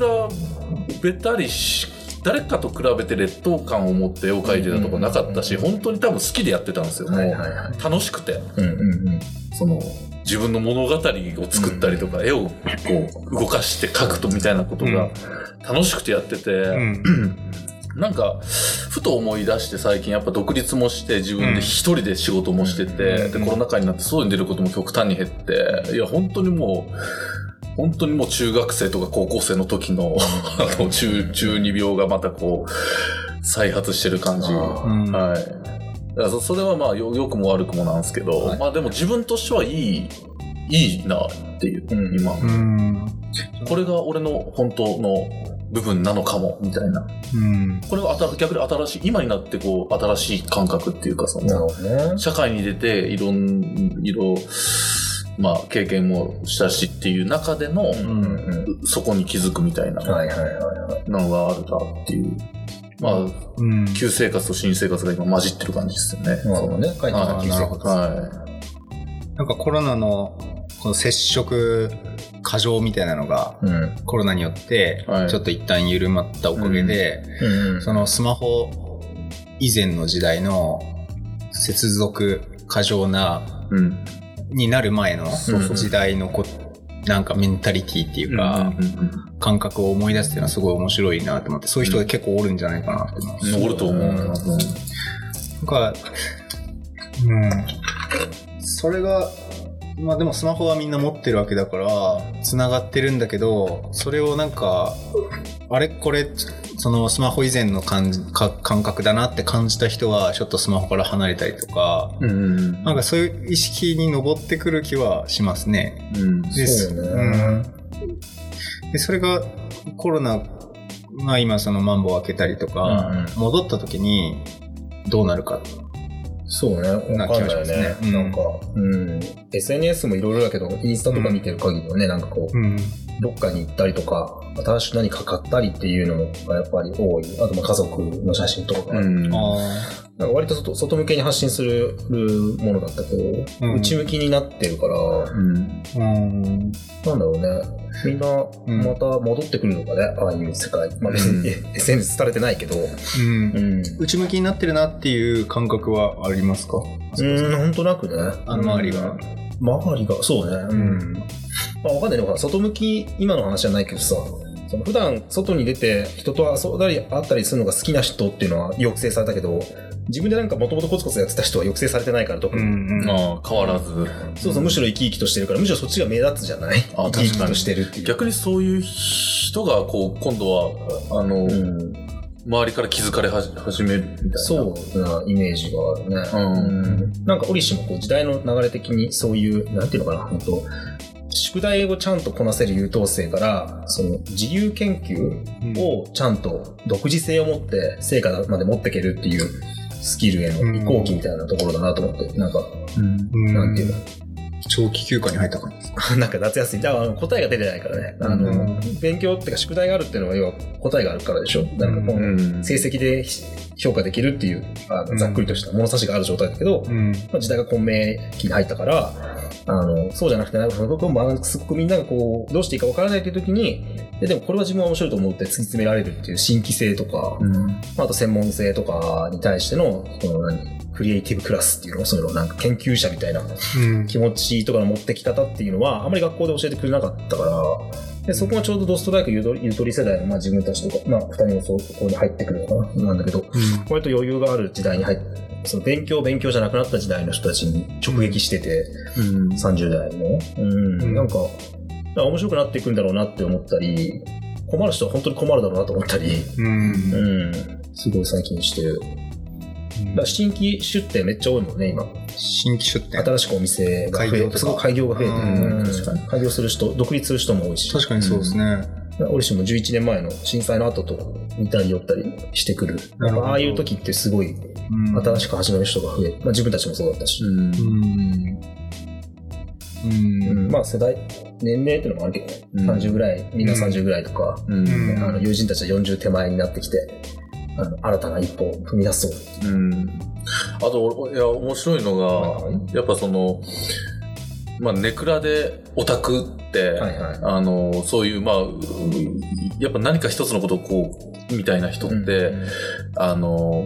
Speaker 3: べたりし誰かと比べて劣等感を持って絵を描いてたとこなかったし、
Speaker 2: うんうんうん
Speaker 3: 本当に多分好きでやってたんですよ。も
Speaker 2: は
Speaker 3: う
Speaker 2: いはいはい。
Speaker 3: 楽しくて。
Speaker 2: うんうんうん。
Speaker 3: その自分の物語を作ったりとか、絵をこう動かして描くとみたいなこと
Speaker 1: う
Speaker 3: が
Speaker 1: ん
Speaker 3: 楽しくてやってて、
Speaker 1: うん。
Speaker 3: なんかふと思い出して最近やっぱ独立もして自分で一人で仕事もしてて、
Speaker 1: うん
Speaker 3: でコロナ禍になって外に出ることも極端に減っていや本当にもう本当にもう中学生とか高校生の時の あの中中二病がまたこう再発してる感じ。
Speaker 2: あ
Speaker 1: うん
Speaker 3: はい。だからそそれはまあよ良くも悪くもなんですけど、
Speaker 2: はい
Speaker 3: まあでも自分としてはいい、いいなっていう、
Speaker 2: うん
Speaker 3: 今。
Speaker 1: うん。
Speaker 3: これが俺の本当の部分なのかも、みたいな。
Speaker 1: うん。
Speaker 3: これは新逆に新しい、今になってこう、新しい感覚っていうか、そ
Speaker 2: ーなる
Speaker 3: の、
Speaker 2: ほどね。
Speaker 3: 社会に出て、いろん、いろ、まあ経験もしたしっていう中で
Speaker 2: うんう
Speaker 3: の、
Speaker 2: ん。
Speaker 3: そこに気づくみたいな
Speaker 2: はいはいはいはい。
Speaker 3: のがあるなっていう。まあ、
Speaker 1: うん。
Speaker 3: 旧生活と新生活が今混じってる感じですよね。
Speaker 2: なるほどね。書いてた
Speaker 3: はい
Speaker 2: 旧生活。
Speaker 3: はい。
Speaker 1: なんかコロナのこの接触過剰みたいなのが
Speaker 2: うん。
Speaker 1: コロナによって
Speaker 3: はい
Speaker 1: ちょっと一旦緩まったおかげで、
Speaker 2: うんうん。
Speaker 1: そのスマホ以前の時代の接続過剰な
Speaker 3: うん。
Speaker 1: になる前の
Speaker 3: そうそう
Speaker 1: 時代のこなんかメンタリティっていうか、感覚を思い出すっていうのはすごい面白いなと思ってそういう人が結構おるんじゃないかなって思う。
Speaker 3: うん、おると思うな。
Speaker 1: なんか、うん。それが、まあでもスマホはみんな持ってるわけだから、繋がってるんだけど、それをなんか、あれこれ、そのスマホ以前の感じか感覚だなって感じた人は、ちょっとスマホから離れたりとか、
Speaker 3: うん。うん
Speaker 1: なんかそういう意識に上ってくる気はしますね。
Speaker 3: うん。
Speaker 1: です
Speaker 2: そうね
Speaker 1: うんでそれがコロナが今そのマンボウ開けたりとか、
Speaker 2: うんうん
Speaker 1: 戻った時にどうなるか
Speaker 2: そうね。わかんないよね。
Speaker 1: うん
Speaker 2: なんか、うん。SNS もいろいろだけど、インスタとか見てる限りはね、なんかこう、
Speaker 1: ん。
Speaker 2: どっかに行ったりとか、新しく何か買ったりっていうのがやっぱり多い。あと、まあ家族の写真とかが、
Speaker 3: うん。
Speaker 1: あ
Speaker 2: なんか割と外外向けに発信するものだったけど、
Speaker 1: うん
Speaker 2: 内向きになってるから、
Speaker 3: うん。
Speaker 1: あ。うん。
Speaker 2: なんだろうね。みん
Speaker 1: ん
Speaker 2: な、また戻ってくるのかね、ああいう世界。まあ別 に、SNS されてないけど。
Speaker 1: うん
Speaker 2: うん。
Speaker 1: 内向きになってるなっていう感覚はありますか
Speaker 2: うん、ほんとなくね。
Speaker 1: あの周りが
Speaker 2: うん。周りが、そうね。う。
Speaker 1: うん
Speaker 2: まあわかんないでもほら外向き、今の話じゃないけどさ、その普段外に出て人と遊んだり会ったりするのが好きな人っていうのは抑制されたけど、自分でなんかもともとコツコツやってた人は抑制されてないから特に。
Speaker 1: んうん。
Speaker 3: ああ、変わらず。
Speaker 2: そうそう、むしろ生き生きとしてるから、むしろそっちが目立つじゃない
Speaker 3: あ
Speaker 2: 生き生きとしてるっていう。
Speaker 3: 逆にそういう人が、こう、今度は、あの、
Speaker 2: うん、
Speaker 3: 周りから気づかれはじ始めるみたいな。
Speaker 2: そうなイメージがあるね。
Speaker 3: うん
Speaker 2: んなんか折しもこう時代の流れ的にそういう、なんていうのかな、本当宿題をちゃんとこなせる優等生から、その自由研究をちゃんと独自性を持って成果まで持っていけるっていうスキルへの移行期みたいなところだなと思って、なんか、
Speaker 1: うん
Speaker 2: なんていう
Speaker 1: 長期休暇に入った感じですか
Speaker 2: の、 なんか夏休み、だからあの答えが出てないからね、あの、
Speaker 1: うん
Speaker 2: 勉強っていうか宿題があるっていうのは要は答えがあるからでしょ。なんかこ
Speaker 1: う
Speaker 2: う、
Speaker 3: ん。
Speaker 2: 成績で評価できるっていう、あのざっくりとした物差しがある状態だけど、
Speaker 1: うん。
Speaker 2: まあ時代が混迷期に入ったから、あの、そうじゃなくて、なんかすごく、まあ、すごくみんながこう、どうしていいかわからないという時に、で、でもこれは自分は面白いと思って突き詰められるっていう新規性とか、
Speaker 3: うん。
Speaker 2: まあ、あと専門性とかに対しての、その何、クリエイティブクラスっていうのそういうの、なんか研究者みたいな
Speaker 1: うん。
Speaker 2: 気持ちとかの持ってき方っていうのは、あまり学校で教えてくれなかったから、でそこはちょうどドストライクゆとりゆとり世代の、まあ、自分たちとか、まあ、二人もそう、ここに入ってくるのかな、なんだけど、割と余裕がある時代に入って、その勉強勉強じゃなくなった時代の人たちに直撃してて、
Speaker 3: うん。
Speaker 2: 30代も。うん、
Speaker 1: うん
Speaker 2: なんか、あ面白くなっていくんだろうなって思ったり、困る人は本当に困るだろうなと思ったり、
Speaker 1: うん。
Speaker 2: うん、すごい最近してる。
Speaker 1: うん
Speaker 2: だから新規出店めっちゃ多いもんね、今。
Speaker 1: 新規出店。
Speaker 2: 新しくお店が
Speaker 1: 開
Speaker 2: 増
Speaker 1: 業
Speaker 2: え
Speaker 1: とか
Speaker 2: て、すごい開業が増えてる、
Speaker 1: うん
Speaker 2: うん
Speaker 3: 確かに
Speaker 2: 開業する人、独立する人も多いし。
Speaker 1: 確かにそうですね。
Speaker 2: 俺氏も11年前の震災の後と似たり寄ったりしてくる。
Speaker 1: なるほど
Speaker 2: ああいう時ってすごい
Speaker 1: うん
Speaker 2: 新しく始める人が増える。まあ自分たちもそうだったし。
Speaker 3: うん
Speaker 1: うん。うん。
Speaker 2: うんまあ世代、年齢っていうのもあるけどね。
Speaker 3: うん
Speaker 2: 30ぐらい、みんな30ぐらいとか、
Speaker 3: うん。
Speaker 1: うん
Speaker 2: あの友人たちは40手前になってきて、あの新たな一歩を踏み出そう。
Speaker 3: うん。あと、おいや、面白いの
Speaker 2: はいは
Speaker 3: が、やっぱその、まあ、ネクラでオタクって、
Speaker 2: はいはい
Speaker 3: あの、そういう、まあ、やっぱ何か一つのことをこう、みたいな人って、あの、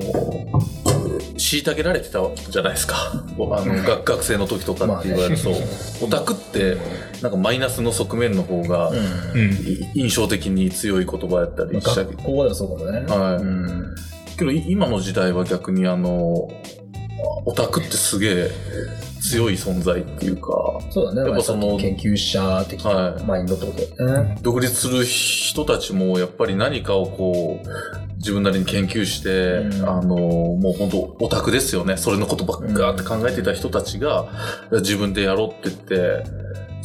Speaker 3: 虐げられてたじゃないですか。あ の学学生の時とかって言われると、
Speaker 2: まあね
Speaker 3: オタクって、なんかマイナスの側面の方が
Speaker 2: うん、
Speaker 1: うん。
Speaker 3: い印象的に強い言葉やった
Speaker 2: ま
Speaker 3: り
Speaker 2: あ
Speaker 3: した
Speaker 2: 学
Speaker 3: けど、
Speaker 2: 校ではそうかもね。
Speaker 3: はい
Speaker 2: うん
Speaker 3: けどい今の時代は逆にあの、オタクってすげえ強い存在っていうか、
Speaker 2: そうだね。
Speaker 3: やっぱその
Speaker 2: まあ研究者的な
Speaker 3: はい
Speaker 2: マインドってことだよね。
Speaker 3: 独立する人たちもやっぱり何かをこう自分なりに研究して、
Speaker 2: うん
Speaker 3: あのもう本当オタクですよねそれのことばっかって考えていた人たちが自分でやろうって言って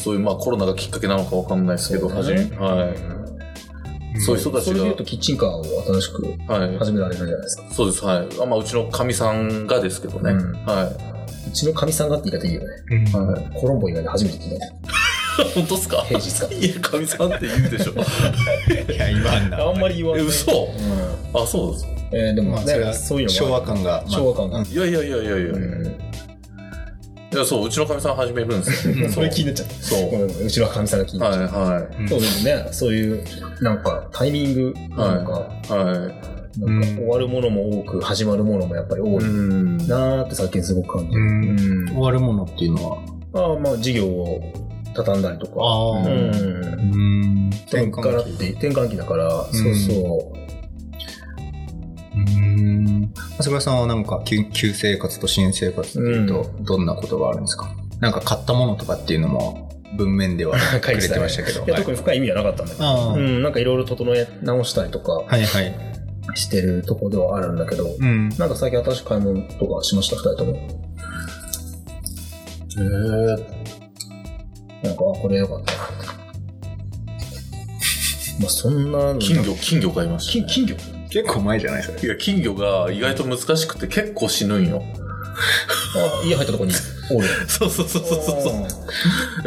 Speaker 3: そういうまあコロナがきっかけなのかわかんないですけど
Speaker 2: そうだ
Speaker 3: 初
Speaker 2: ね
Speaker 3: めはいそういう人た
Speaker 2: そ
Speaker 3: ち
Speaker 2: れで
Speaker 3: が
Speaker 2: 言うとキッチンカーを新しく
Speaker 3: はい
Speaker 2: 始められるんじゃないですか。
Speaker 3: そうですはいあまあうちのかみさんがですけどね、
Speaker 2: うん
Speaker 3: は
Speaker 2: うちのかみさんがって言い方いいよね。
Speaker 3: い、はい、
Speaker 2: コロンボ以外で初めて聞いた。
Speaker 3: 本当ですか
Speaker 2: 平日か。
Speaker 3: いやかみさんって言う でしょ
Speaker 1: いや、言わんな。
Speaker 2: あんまり言わ
Speaker 3: え
Speaker 2: ない。
Speaker 3: 嘘
Speaker 2: う
Speaker 3: あそうです
Speaker 2: ん。えーで
Speaker 1: ま
Speaker 2: も
Speaker 1: あ、それ
Speaker 2: ね、
Speaker 1: は
Speaker 2: そういうの
Speaker 1: 昭
Speaker 2: も
Speaker 1: 和
Speaker 2: ある
Speaker 1: 感が。まあ
Speaker 2: 昭和感が
Speaker 1: うん
Speaker 3: いやいやいやいやいや、
Speaker 2: うん
Speaker 3: いやそううちのかみさん始めるんですよ
Speaker 1: うん
Speaker 2: それ気になっちゃった。
Speaker 3: そう
Speaker 2: ごめんごめんうちのかみさんが気になっちゃっ
Speaker 3: は
Speaker 2: た
Speaker 3: い。は
Speaker 2: そうでもね、そういう、なんか、タイミング、なんか、
Speaker 3: い。は
Speaker 2: なんか
Speaker 1: うん
Speaker 2: 終わるものも多く、始まるものもやっぱり多
Speaker 3: い。
Speaker 2: い
Speaker 3: ん
Speaker 2: なーって最近すごく感じ
Speaker 1: う
Speaker 2: る。
Speaker 1: ん。
Speaker 2: うん。
Speaker 1: 終わるものっていうのは。
Speaker 2: ああ、まあ、事業を畳んだりとか、
Speaker 1: あ
Speaker 2: う
Speaker 1: あ。
Speaker 2: ん。
Speaker 1: ん。
Speaker 2: そこからって、転換期だから、そうそう。
Speaker 1: うん。浅倉さんはなんか旧、旧生活と新生活っていうと、どんなことがあるんですかなんか買ったものとかっていうのも、文面では
Speaker 2: 書
Speaker 1: く
Speaker 2: い
Speaker 1: れ
Speaker 2: てたね
Speaker 1: てましたけど。
Speaker 2: いや、
Speaker 1: はい
Speaker 2: 特に深い意味はなかったんだけど、
Speaker 1: ああ。
Speaker 2: うん、なんかいろいろ整え直したりとか
Speaker 1: はいはい。
Speaker 2: してるとこではあるんだけど、
Speaker 1: うん。
Speaker 2: なんか最近新しく買い物とかしました、二人とも。
Speaker 3: えー、
Speaker 2: なんか、あ、これよかったなって。まあ、そんなの、
Speaker 3: 金魚、金魚買いました、
Speaker 2: 金、
Speaker 3: ね。
Speaker 2: 金魚
Speaker 1: 結構前じゃないですか。
Speaker 3: いや、金魚が意外と難しくて結構死ぬんよ。
Speaker 2: あ、家入ったとこにおる。
Speaker 3: そうそうそうそうそ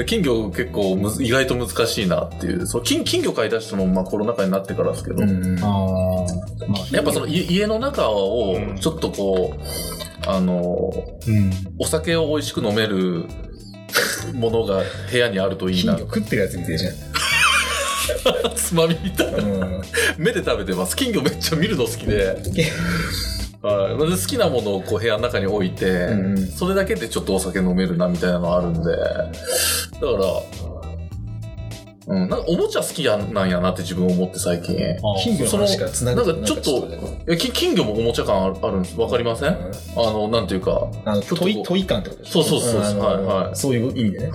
Speaker 3: う。金魚結構むず意外と難しいなっていう。そう金金魚買い出したのもまあコロナ禍になってからですけど。
Speaker 2: うん。
Speaker 1: ああ。まあ、
Speaker 3: やっぱそのい家の中を
Speaker 1: うん
Speaker 3: ちょっとこう、あの、
Speaker 1: うん。
Speaker 3: お酒を美味しく飲めるものが部屋にあるといい
Speaker 2: 金魚。
Speaker 3: な
Speaker 2: 食ってるやつ見てるじゃん。
Speaker 3: つまみみたいな。
Speaker 2: うん。
Speaker 3: 目で食べてます。金魚めっちゃ見るの好きで。はい、まず好きなものをこう部屋の中に置いて、
Speaker 2: うんうん
Speaker 3: それだけでちょっとお酒飲めるなみたいなのあるんでだから、うん、なんかおもちゃ好きやなんやなって自分思って最近い
Speaker 2: 金魚の話から繋ぐ
Speaker 3: そのなんかちょっとやき金魚もおもちゃ感あるあるんですわかりません、あのなんていうかは
Speaker 2: あの、
Speaker 3: ちょっと
Speaker 2: 問い、問い感ってことでしょ
Speaker 3: そうそうそうそうん
Speaker 2: あの
Speaker 3: はいはい
Speaker 2: そういう意味でね。
Speaker 3: い
Speaker 2: い。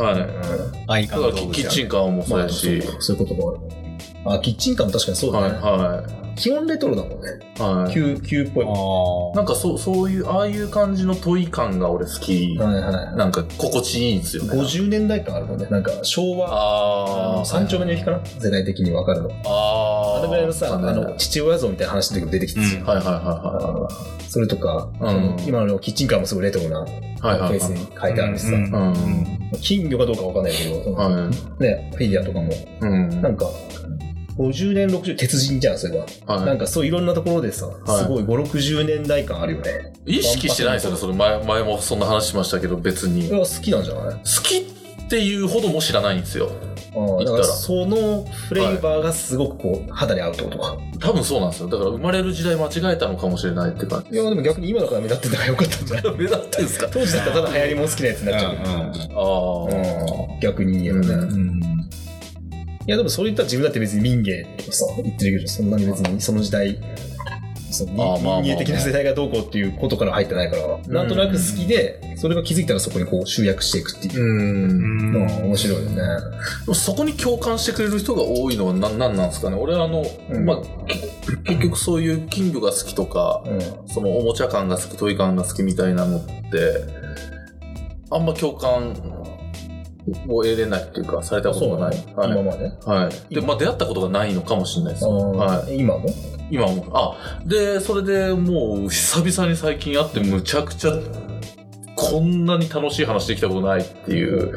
Speaker 1: 愛
Speaker 3: だからキキッチンカーもそう
Speaker 2: ま
Speaker 3: や
Speaker 2: あ、そ
Speaker 3: し、
Speaker 2: うそういう言葉ある。あ、キッチンカーも確かにそうだ
Speaker 3: はい
Speaker 2: ね。
Speaker 3: は
Speaker 2: 基本レトロだもんね。
Speaker 3: いはい
Speaker 2: 旧、旧っぽい
Speaker 1: あ
Speaker 2: も
Speaker 1: あ。
Speaker 2: ん。
Speaker 3: なんかそうそういうああいう感じの問い感が俺好き、
Speaker 2: はいはいはい。
Speaker 3: なんか心地いいんですよね
Speaker 2: 50年代感あるもんね。なんか昭和、
Speaker 3: ああ
Speaker 2: 3丁目の日かな世代的にわかるの。
Speaker 3: あ
Speaker 2: あ
Speaker 3: あ
Speaker 2: れぐらいのさ、あの、父親像みたいな話の時も出てきてたじゃん
Speaker 1: うん
Speaker 3: はいはいは
Speaker 2: それとか、
Speaker 3: うん
Speaker 2: その今のキッチンカーもすごいレトロな
Speaker 3: いはい。は
Speaker 2: ペ
Speaker 3: いはいは
Speaker 2: ー
Speaker 3: い。
Speaker 2: スに書いてあるしさ、
Speaker 1: うん
Speaker 3: うん。
Speaker 2: 金魚かどうかわかんないけど、その
Speaker 3: はい。
Speaker 2: ね、フィギュアとかも、
Speaker 3: うん。
Speaker 2: なんか、50年、60、鉄人じゃん、それは。
Speaker 3: はい
Speaker 2: なんかそういろんなところでさ、
Speaker 3: い
Speaker 2: すごい5、60年代感あるよね。
Speaker 3: 意識してないですよね、それ前、前もそんな話しましたけど、別に。
Speaker 2: い
Speaker 3: 好
Speaker 2: や、好きなんじゃない
Speaker 3: きっていうほども知らないんですよ。
Speaker 2: ああだ
Speaker 3: 言
Speaker 2: か
Speaker 3: ったら
Speaker 2: らそのフレーバーがすごくこう、肌に合うってことか。
Speaker 3: 多分そうなんですよ。だから生まれる時代間違えたのかもしれないって感じ。
Speaker 2: いや、でも逆に今だから目立ってたからよかったんじゃない
Speaker 3: 目立ってんすか
Speaker 2: 当時だったらただ流行りもん好きなやつになっちゃう。
Speaker 1: う
Speaker 3: ああ。
Speaker 2: うん逆に言えばね。
Speaker 3: うん
Speaker 1: んうん。
Speaker 2: いやでもそれ言ったら自分だって別に民芸とかさ言ってるけどそんなに別にその時代その民
Speaker 3: あーまあまあ
Speaker 2: 民芸的な世代がどうこうっていうことから入ってないからなんとなく好きでそれが気づいたらそこにこう集約していくっていう
Speaker 3: うん。
Speaker 1: うん
Speaker 2: のは面白いよね。
Speaker 3: そこに共感してくれる人が多いのは何なんなんですかね俺はあの、
Speaker 2: うん
Speaker 3: まあ、結局そういう金魚が好きとか、
Speaker 2: うん
Speaker 3: そのおもちゃ感が好き、トイ感が好きみたいなのって、あんま共感を得れないっていうか、されたことがない。
Speaker 2: 今
Speaker 3: はい。
Speaker 2: まで
Speaker 3: はい。で、まあ出会ったことがないのかもしれないです。は
Speaker 2: 今も
Speaker 3: 今も。あ、で、それでもう久々に最近会ってむちゃくちゃ、こんなに楽しい話できたことないっていう、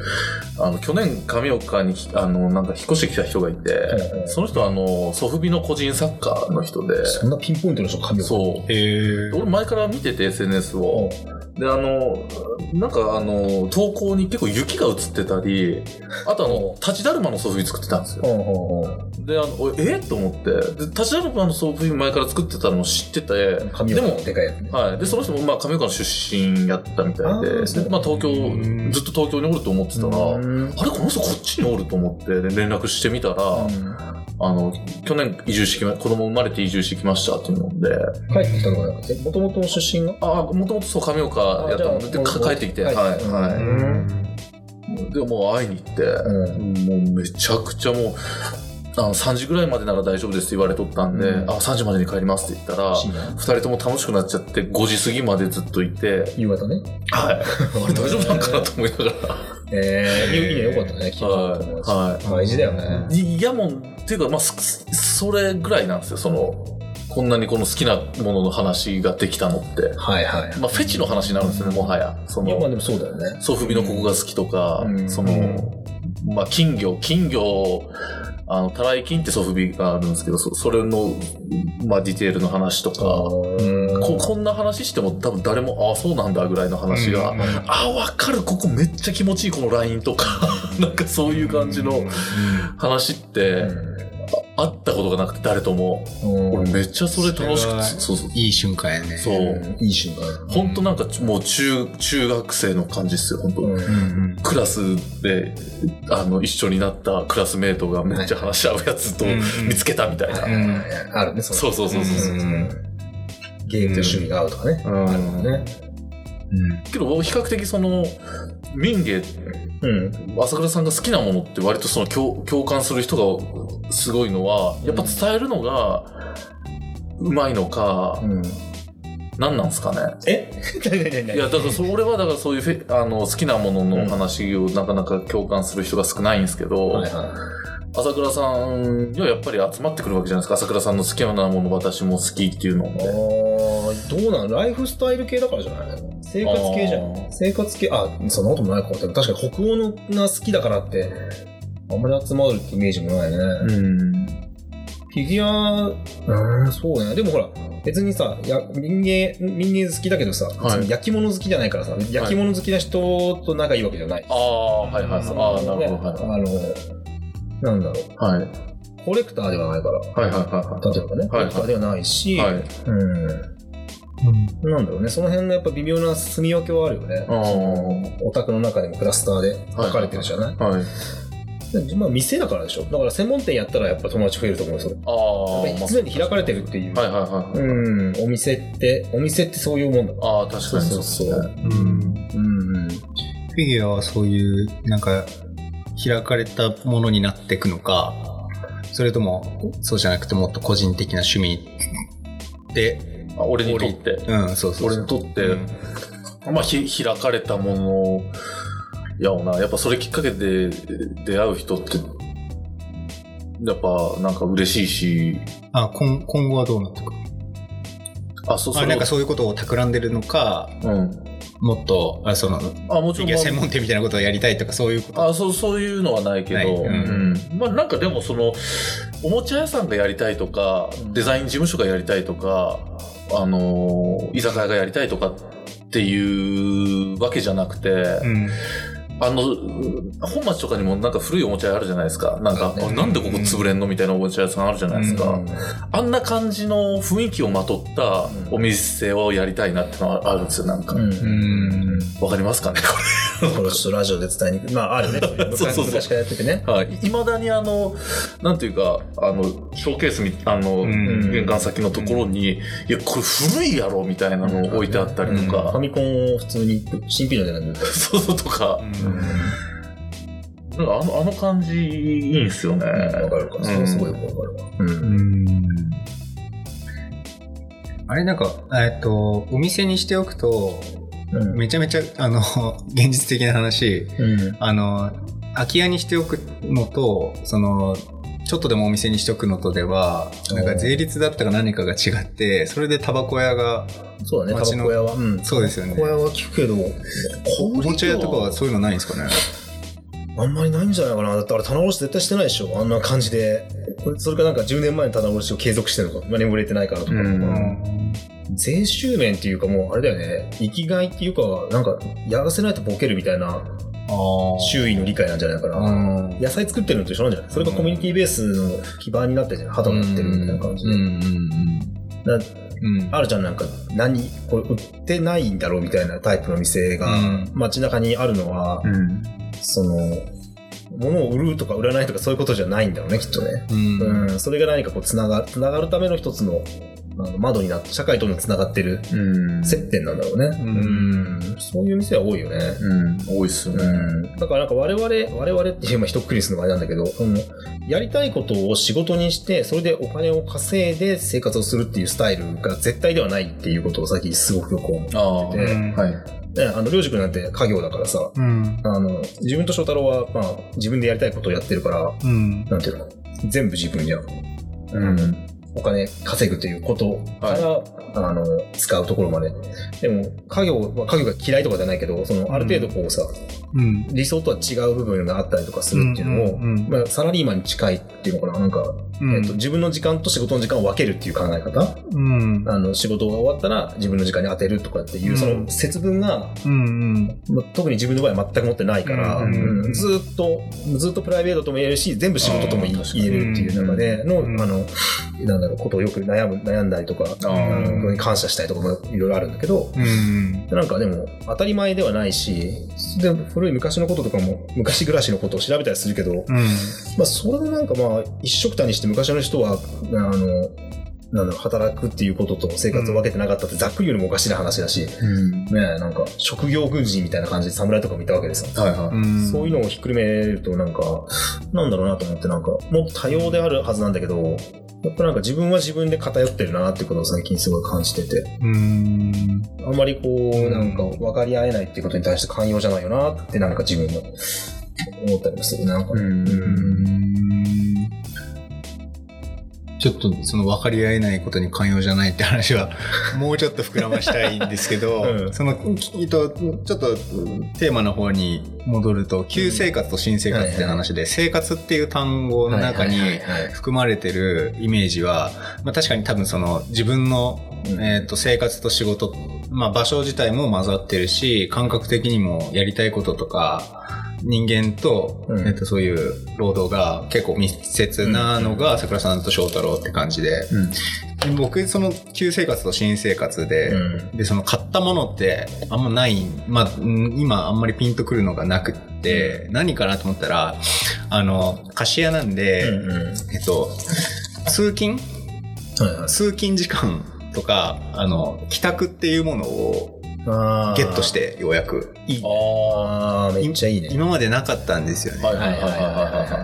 Speaker 3: あの、去年上岡にき、あの、なんか引っ越してきた人がいて、
Speaker 2: うんうん
Speaker 3: その人はあの、ソフビの個人サッカーの人で、
Speaker 2: そんなピンポイントの人髪を
Speaker 3: そう。
Speaker 1: へえ。
Speaker 3: 俺前から見てて SNS を、
Speaker 2: う
Speaker 3: で、あの、なんかあの、投稿に結構雪が映ってたり、あとあの、立ちだるまのソフビ作ってたんですよ。
Speaker 2: ほうほうほう。
Speaker 3: で、あの、おえと思って。で、立ちだるまのソフビ前から作ってたのを知ってて、
Speaker 2: 髪
Speaker 3: で
Speaker 2: の毛
Speaker 3: も
Speaker 2: の、でかいやつね。
Speaker 3: はい。で、その人も、まあ、亀岡の出身やったみた
Speaker 2: あ
Speaker 3: いで、
Speaker 2: ーそう
Speaker 3: でまあ、東京
Speaker 1: うん、
Speaker 3: ずっと東京におると思ってたら、
Speaker 2: う
Speaker 3: あ
Speaker 2: ん
Speaker 3: れ、この人こっちにおると思って、で連絡してみたら、あの、去年移住してきま、子供生まれて移住してきましたっていうので、
Speaker 2: 帰ってきたとかなくて、もともと出身が
Speaker 3: ああ、もともとそう、亀岡やったの
Speaker 2: あ
Speaker 3: で、
Speaker 2: じゃあ
Speaker 3: で
Speaker 2: もう
Speaker 3: か
Speaker 2: もう
Speaker 3: 帰ってきて、
Speaker 2: は
Speaker 3: はいい、
Speaker 1: う
Speaker 3: は
Speaker 1: ん
Speaker 3: い。で、もう会いに行って、
Speaker 2: う
Speaker 3: もうめちゃくちゃもう、あの、3時ぐらいまでなら大丈夫ですって言われとったんで、
Speaker 2: うん
Speaker 3: あ、3時までに帰りますって言ったら、
Speaker 2: 深夜
Speaker 3: 二人とも楽しくなっちゃって、5時過ぎまでずっといて、
Speaker 2: 夕方ね。
Speaker 3: はい。 あれ大丈夫なんかなと思いながら。
Speaker 2: えー、いいね、よかったね、昨日の友達。
Speaker 3: は
Speaker 2: 大事だよね。
Speaker 3: い。いやもん、っていうか、まあ、すそれぐらいなんですよ、その、こんなにこの好きなものの話ができたのって。
Speaker 2: はいはい。
Speaker 3: まあ、フェチの話になるんですよね、もはや。そ
Speaker 2: いや、まあ
Speaker 3: の、
Speaker 2: でもそうだよね。
Speaker 3: ソフビのここが好きとか、
Speaker 2: うん
Speaker 3: そうの、まあ、金魚、金魚、あの、たらい金ってソフビがあるんですけど、そそれの、まあ、ディテールの話とか、こ
Speaker 2: うん
Speaker 3: こんな話しても多分誰も、ああ、そうなんだぐらいの話が、
Speaker 1: うんうん
Speaker 3: あ、わかる、ここめっちゃ気持ちいい、このラインとか、 なんかそういう感じの話って、ああったことがなくて、誰とも。
Speaker 2: うん
Speaker 3: 俺めっちゃそれ楽し
Speaker 1: それ
Speaker 3: くて、
Speaker 1: は
Speaker 3: そうそう。
Speaker 1: いい瞬間やね。。
Speaker 3: そうう。
Speaker 2: いい瞬間。
Speaker 3: ほんとなんか、もう中、中学生の感じっすよ、ほんと。
Speaker 2: うん
Speaker 1: ん
Speaker 3: クラスで、あの、一緒になったクラスメートがめっちゃ話し合うやつと
Speaker 1: うん
Speaker 3: 見つけたみたいな。
Speaker 1: うん
Speaker 2: あるね、そ
Speaker 3: そうそうそうそう。
Speaker 1: うん
Speaker 2: ゲームと趣味が合うとかね。
Speaker 3: うん
Speaker 2: あるもんね。
Speaker 1: うん
Speaker 3: けど、比較的その、民芸、
Speaker 2: うん。
Speaker 3: 朝倉さんが好きなものって割とその共共感する人がすごいのは、やっぱ伝えるのが、うまいのか、
Speaker 2: うん。
Speaker 3: 何なんすかね。
Speaker 2: え何何何
Speaker 3: いや、だからそれはだからそういうフェあの好きなものの話をなかなか共感する人が少ないんですけど、
Speaker 2: はいは
Speaker 3: 朝倉さんにはやっぱり集まってくるわけじゃないですか。朝倉さんの好きなもの私も好きっていうの
Speaker 2: い。あ
Speaker 3: も。
Speaker 2: ーどうなんライフスタイル系だからじゃない生活系じゃ
Speaker 3: あー
Speaker 2: ん。生活系、あ、そんなこともないかも。でも確かに北欧のが好きだからって、あんまり集まるってイメージもないね。
Speaker 3: うん。
Speaker 2: フィギュア、うーん、そうね。でもほら、別にさ、や民芸、民芸好きだけどさ、
Speaker 3: はい
Speaker 2: 別に焼き物好きじゃないからさ、焼き物好きな人と仲いいわけじゃない。
Speaker 3: ああ、はいはい。あ
Speaker 2: そ
Speaker 3: あ
Speaker 2: の
Speaker 3: ー、なるほど。
Speaker 2: ねあの、なんだろう。
Speaker 3: はい。
Speaker 2: コレクターではないから。
Speaker 3: はいはいは
Speaker 2: 例えばね、コ
Speaker 3: はい
Speaker 2: レクターではないし、
Speaker 3: いはい。はい。
Speaker 2: うん。なんだろうね、その辺のやっぱ微妙な住み分けはあるよね。
Speaker 3: あ
Speaker 2: お宅の中でもクラスターで分かれてるじゃない、
Speaker 3: あ。はい。
Speaker 2: でまあ店だからでしょ。だから専門店やったらやっぱ友達増えると思うんですよ。やっ
Speaker 3: あ
Speaker 2: ぱ
Speaker 3: あ。
Speaker 2: り常に開かれてるっていう。
Speaker 3: はいはいはい。
Speaker 2: うん、お店って、お店ってそういうもんだから。
Speaker 3: ああ、確かにそうですね。
Speaker 1: うん
Speaker 2: うんうん。
Speaker 1: フィギュアはそういう、なんか、開かれたものになっていくのか、それとも、そうじゃなくてもっと個人的な趣味で、
Speaker 3: あ俺にとって。
Speaker 1: うん、そうそう
Speaker 3: 俺
Speaker 1: そう
Speaker 3: に。とって、
Speaker 1: うん
Speaker 3: まあ、ひ開かれたものやもなやっぱそれきっかけで出会う人ってやっぱなんか嬉しいし
Speaker 1: あ今、今後はどうなっていく
Speaker 3: あそうそ
Speaker 1: あ
Speaker 3: れ
Speaker 1: なんかそういうことを企んでるのか、
Speaker 3: うん、
Speaker 1: もっと、あその、
Speaker 3: あも
Speaker 1: フ
Speaker 3: ち
Speaker 1: ィギュア
Speaker 3: ろ
Speaker 1: 専
Speaker 3: ん、ま
Speaker 1: 門店みたいなことをやりたいとか、そういうこと。
Speaker 3: あ、あそうそういうのはないけど
Speaker 1: ない
Speaker 3: うんまあ、なんかでもそのおもちゃ屋さんがやりたいとか
Speaker 2: うん
Speaker 3: デザイン事務所がやりたいとか、あのー居酒屋がやりたいとかっていうわけじゃなくて、
Speaker 1: うん。
Speaker 3: あの、本町とかにもなんか古いおもちゃ屋あるじゃないですか。なんか、
Speaker 2: あね
Speaker 3: あなんでここ潰れんのみたいなおもちゃ屋さんあるじゃないですか。
Speaker 2: うん
Speaker 3: あんな感じの雰囲気をまとったお店をやりたいなってのはあるんですよ、なんか。わ、
Speaker 2: うん
Speaker 1: うん。
Speaker 3: かりますかね、こ
Speaker 2: これちょっとラジオで伝えにくい。まあ、あるね。
Speaker 3: そうそう
Speaker 2: 昔からやっててね。
Speaker 3: れ。はい。いまだにあの、なんていうか、あの、ショーケースみ、あの、
Speaker 1: うん
Speaker 3: 玄関先のところに、いや、これ古いやろ、みたいなのを置いてあったりと
Speaker 2: ファ
Speaker 3: か、
Speaker 2: ミコンを普通に新品のじゃないんだ
Speaker 3: そうそうとか、なんかあの、あの感じいいんすよね。
Speaker 2: わかるか。それはすごいよくわかるわ。う
Speaker 1: う。ん。あれ、なんか、えっと、お店にしておくと、
Speaker 2: うん。
Speaker 1: めちゃめちゃ、あの、現実的な話、
Speaker 2: うん。
Speaker 1: あの、空き家にしておくのと、その、ちょっとでもお店にしておくのとでは、なんか税率だったか何かが違って、それでタバコ屋が、
Speaker 2: そうだね、タ
Speaker 1: 街
Speaker 2: バ
Speaker 1: の
Speaker 2: コ屋は。うん。
Speaker 1: そうですよね
Speaker 2: タバコ屋は聞くけど、
Speaker 1: おもちゃ屋とかはそういうのないんですかね
Speaker 2: あんまりないんじゃないかな。だってあれ棚卸し絶対してないでしょ。あんな感じで。それかなんか10年前の棚卸しを継続してるのか。何も売れてないからとか。
Speaker 3: うん
Speaker 1: ん。
Speaker 2: 税収面っていうかもうあれだよね、生きがいっていうか、なんか、やらせないとボケるみたいな
Speaker 1: ああ。
Speaker 2: 周囲の理解なんじゃないかな。
Speaker 1: うん。
Speaker 2: 野菜作ってるのと一緒なんじゃないそれがコミュニティベースの基盤になってるじゃない肌になってるみたいな感じで。
Speaker 1: うんうん
Speaker 2: だ
Speaker 1: うん。うん。
Speaker 2: あるじゃん、なんか、何、これ売ってないんだろうみたいなタイプの店が、
Speaker 1: うん
Speaker 2: 街中にあるのは、
Speaker 1: うん。
Speaker 2: その、物を売るとか売らないとかそういうことじゃないんだろうね、きっとね。
Speaker 1: うん。
Speaker 2: う、
Speaker 1: うん
Speaker 2: それが何かこう、つなが、つながるための一つの、あの窓になって、社会ともつながってる
Speaker 3: うん。
Speaker 2: 接点なんだろうね。
Speaker 1: う
Speaker 2: うんそういう店は多いよね。
Speaker 3: うん。多いっすよ
Speaker 2: う
Speaker 3: ね。
Speaker 2: ん、だからなんか我々、我々って今一括りにするのがあれなんだけど、そのやりたいことを仕事にして、それでお金を稼いで生活をするっていうスタイルが絶対ではないっていうことを最近すごくよく思う。
Speaker 3: ああ。
Speaker 2: で
Speaker 3: はい。
Speaker 2: ね、あの、りょうじくんなんて家業だからさ、
Speaker 1: うん。
Speaker 2: あの、自分と翔太郎は、まあ、自分でやりたいことをやってるから、
Speaker 1: うん。
Speaker 2: なんていうの全部自分じゃん。
Speaker 3: うん。
Speaker 2: お金稼ぐということから、あの、使うところまで。でも、家業、まあ、家業が嫌いとかじゃないけど、その、ある程度こうさ、
Speaker 1: うん。
Speaker 2: 理想とは違う部分があったりとかするっていうのを、
Speaker 1: うんうんうん
Speaker 2: まあ、サラリーマンに近いっていうのかななんか、えっと、自分の時間と仕事の時間を分けるっていう考え方
Speaker 1: うん。
Speaker 2: あの仕事が終わったら自分の時間に当てるとかっていううんその節分が、
Speaker 1: うん。
Speaker 2: まあ、特に自分の場合は全く持ってないから、
Speaker 1: うんうんうん
Speaker 2: うんずっとずっとプライベートとも言えるし全部仕事とも言い
Speaker 3: あー確か
Speaker 2: 言
Speaker 3: に
Speaker 2: えるっていう中での,、
Speaker 1: うん
Speaker 2: あのなんだろうことをよく悩む悩んだりとか
Speaker 3: ああ
Speaker 2: あのことに感謝したりとかもいろいろあるんだけど、
Speaker 1: うん。
Speaker 2: でなんかでも当たり前ではないし、で古い昔のこととかも昔暮らしのことを調べたりするけど、
Speaker 1: うん。
Speaker 2: まあそれでなんかまあ一緒くたにして昔の人は、あの、なんだろう、働くっていうことと生活を分けてなかったってざっくりよりもおかしな話だし、ねえ、なんか職業軍人みたいな感じで侍とかもいたわけですよ。
Speaker 3: はいは
Speaker 1: うん。
Speaker 2: そういうのをひっくるめるとなんか、なんだろうなと思ってなんか、もっと多様であるはずなんだけど、やっぱなんか自分は自分で偏ってるなっていうことを最近すごい感じてて。
Speaker 1: うん。
Speaker 2: あんまりこう、
Speaker 1: うん
Speaker 2: なんか分かり合えないっていうことに対して寛容じゃないよなってなんか自分も思ったりもするなんか。
Speaker 3: い。うん。
Speaker 1: ちょっとその分かり合えないことに寛容じゃないって話はもうちょっと膨らましたいんですけど、
Speaker 2: うん
Speaker 1: そのきっとちょっとテーマの方に戻ると旧生活と新生活って話で、生活っていう単語の中に
Speaker 2: はいはいはいはい
Speaker 1: 含まれてるイメージは、まあ、確かに多分その自分の、
Speaker 2: うん
Speaker 1: えー、と生活と仕事、まあ、場所自体も混ざってるし感覚的にもやりたいこととか人間と,、
Speaker 2: うん
Speaker 1: えー、とそういう労働が結構密接なのが桜さんと翔太郎って感じでで僕その旧生活と新生活で、
Speaker 2: うん
Speaker 1: でその買ったものってあんまない、まあ、うん今あんまりピンとくるのがなくって、何かなと思ったらあの貸し屋なんで。
Speaker 2: うんうん
Speaker 1: えっと、通勤
Speaker 2: はいはい
Speaker 1: 通勤時間とか、あの、帰宅っていうものを
Speaker 2: あー
Speaker 1: ゲットし。てようやく。い
Speaker 3: あ
Speaker 2: あーめっちゃいいね。
Speaker 1: 今までなかったんですよ
Speaker 3: あ。は
Speaker 1: ね。
Speaker 3: いはいはいはいはい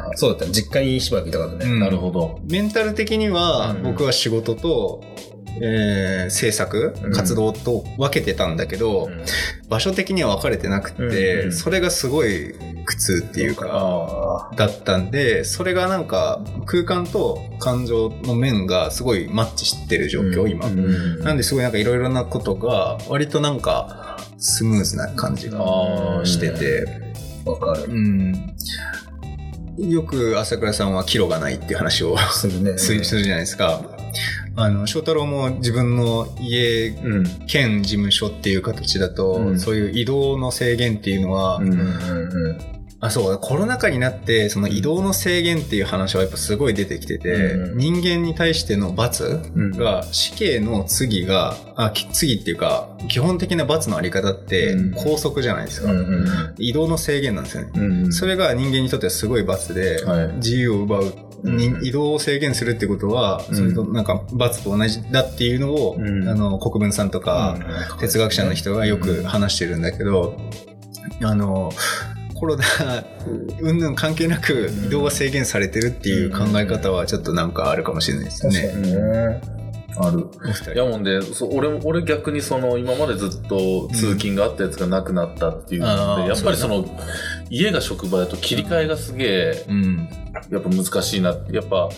Speaker 3: は
Speaker 2: そうだったね。実家にしばらくいたから
Speaker 1: う
Speaker 2: ね。
Speaker 1: ん
Speaker 3: い。なるほど。
Speaker 1: メンタル的には
Speaker 2: うん
Speaker 1: 僕は仕事と、えー制作
Speaker 2: うん
Speaker 1: 活動と分けてたんだけど、
Speaker 2: うん
Speaker 1: 場所的には分かれてなくって、
Speaker 2: うん
Speaker 1: それがすごい苦痛っていうか、
Speaker 3: あ
Speaker 1: だったんで、それがなんか空間と感情の面がすごいマッチしてる状況、今。
Speaker 2: うんうん
Speaker 1: なんですごいなんかいろいろなことが割となんかスムーズな感じが
Speaker 3: あー
Speaker 1: してて、
Speaker 2: わかる。
Speaker 1: うん、よく朝倉さんはキロがないっていう話 を
Speaker 2: するね。
Speaker 1: するするじゃないですか。あの翔太郎も自分の家
Speaker 3: うん。
Speaker 1: 兼事務所っていう形だと、
Speaker 3: うん
Speaker 1: そういう移動の制限っていうのは、
Speaker 3: うん
Speaker 2: うんうんうん。
Speaker 1: あそうコロナ禍になってその移動の制限っていう話はやっぱすごい出てきてて、
Speaker 2: うん
Speaker 1: 人間に対しての罰
Speaker 3: うん
Speaker 1: が死刑の次があき次っていうか基本的な罰のあり方って
Speaker 3: うん
Speaker 1: 拘束じゃないです
Speaker 2: う
Speaker 1: か、
Speaker 2: んうんうん
Speaker 1: 移動の制限なんですよね、
Speaker 3: うん。
Speaker 1: それが人間にとってはすごい罰で、
Speaker 3: はい
Speaker 1: 自由を奪う、
Speaker 2: うん
Speaker 1: に移動を制限するってことは、それとなんか罰と同じだっていうのを、
Speaker 3: うん
Speaker 1: あの国分さんとか、
Speaker 2: うん
Speaker 1: 哲学者の人がよく話してるんだけど、あのコロナうんぬん関係なく移動が制限されてるっていう考え方はちょっとなんかあるかもしれないです
Speaker 2: 確か
Speaker 1: ね。
Speaker 2: にね。
Speaker 3: ある。
Speaker 1: お二人
Speaker 3: いやもんで、そ俺も、俺逆にその、今までずっと通勤があったやつがなくなったっていうので、
Speaker 1: うん
Speaker 3: やっぱりその、家が職場だと切り替えがすげえ、
Speaker 1: うん
Speaker 3: やっぱ難しいな。やっぱ、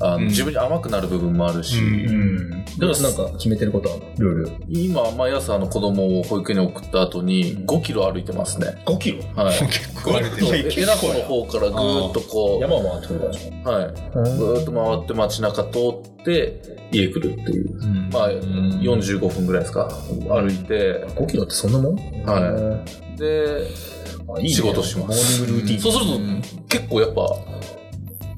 Speaker 3: あの
Speaker 1: うん
Speaker 3: 自分に甘くなる部分もあるし、
Speaker 1: うん
Speaker 2: うん。だからなんか決めてることはルール。
Speaker 3: 今、毎朝あの子供を保育園に送った後に5キロ歩いてますね。
Speaker 2: 5キロ
Speaker 3: はい。
Speaker 1: 結
Speaker 3: ぐ
Speaker 1: 構あ
Speaker 3: っ
Speaker 1: る
Speaker 3: と、ええなこの方からぐーっとこ
Speaker 2: 山は取るからでしょ。
Speaker 3: う、はい。ぐーっと回って街中通って、家来るっていう。まあ、45分ぐらいですか。歩いて、
Speaker 2: 5キロってそんなもん
Speaker 3: はで、
Speaker 2: いいね
Speaker 3: 仕事します
Speaker 2: モーニングルーティン。
Speaker 3: そうする
Speaker 1: うん
Speaker 3: と結構やっぱ、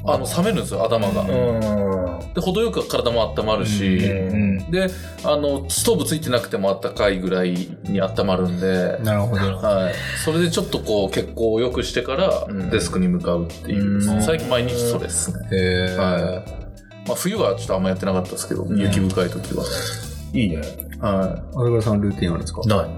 Speaker 3: あの、冷めるんですよ、頭が。
Speaker 2: う
Speaker 3: で、程よく体も温まるし、
Speaker 1: うん
Speaker 3: で、あの、ストーブついてなくてもあったかいぐらいに温まるんで、
Speaker 1: なるほど。
Speaker 3: はい。それでちょっとこう、血行を良くしてから
Speaker 2: うん、
Speaker 3: デスクに向かうっていう。
Speaker 2: うん
Speaker 3: 最近毎日それですね。
Speaker 1: へえ。
Speaker 3: はい。まあ、冬はちょっとあんまやってなかったですけど、
Speaker 2: ん
Speaker 3: 雪深い時は。
Speaker 2: ん。いいね。
Speaker 3: は
Speaker 1: 小倉さんルーティンあるんですか
Speaker 2: ない。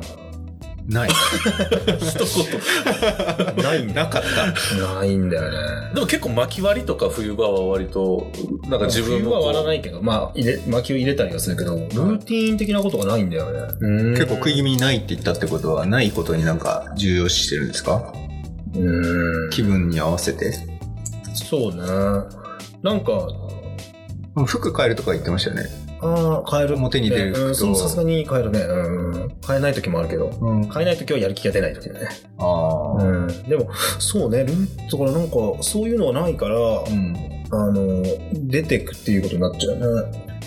Speaker 1: ない。
Speaker 3: い。一言。
Speaker 2: ないんだ。
Speaker 1: なかった。
Speaker 2: ないんだよね。
Speaker 3: でも結構巻き割りとか冬場は割と、なんか自分
Speaker 2: 冬
Speaker 3: も
Speaker 2: は割ら
Speaker 3: い。
Speaker 2: ないけど、まあ、入れ、薪を入れたりはするけど、ルーティン的なことがないんだよね。
Speaker 1: 結構食い気味にないって言ったってことは、ないことになんか重要視してるんですか
Speaker 2: うん。
Speaker 1: 気分に合わせて。
Speaker 2: そうね。なんか、
Speaker 1: 服変えるとか言ってましたよね。
Speaker 2: ああ、変える。
Speaker 1: 表に出る服と
Speaker 2: うんそう、さすがに変えるね。うん。変えない時もあるけど。
Speaker 1: うん。
Speaker 2: 変えない時はやる気が出ない時だね。
Speaker 1: ああ。
Speaker 2: うん。でも、そうね、ルートからなんか、そういうのはないから、
Speaker 1: うん。
Speaker 2: あの、出てくっていうことになっちゃうね。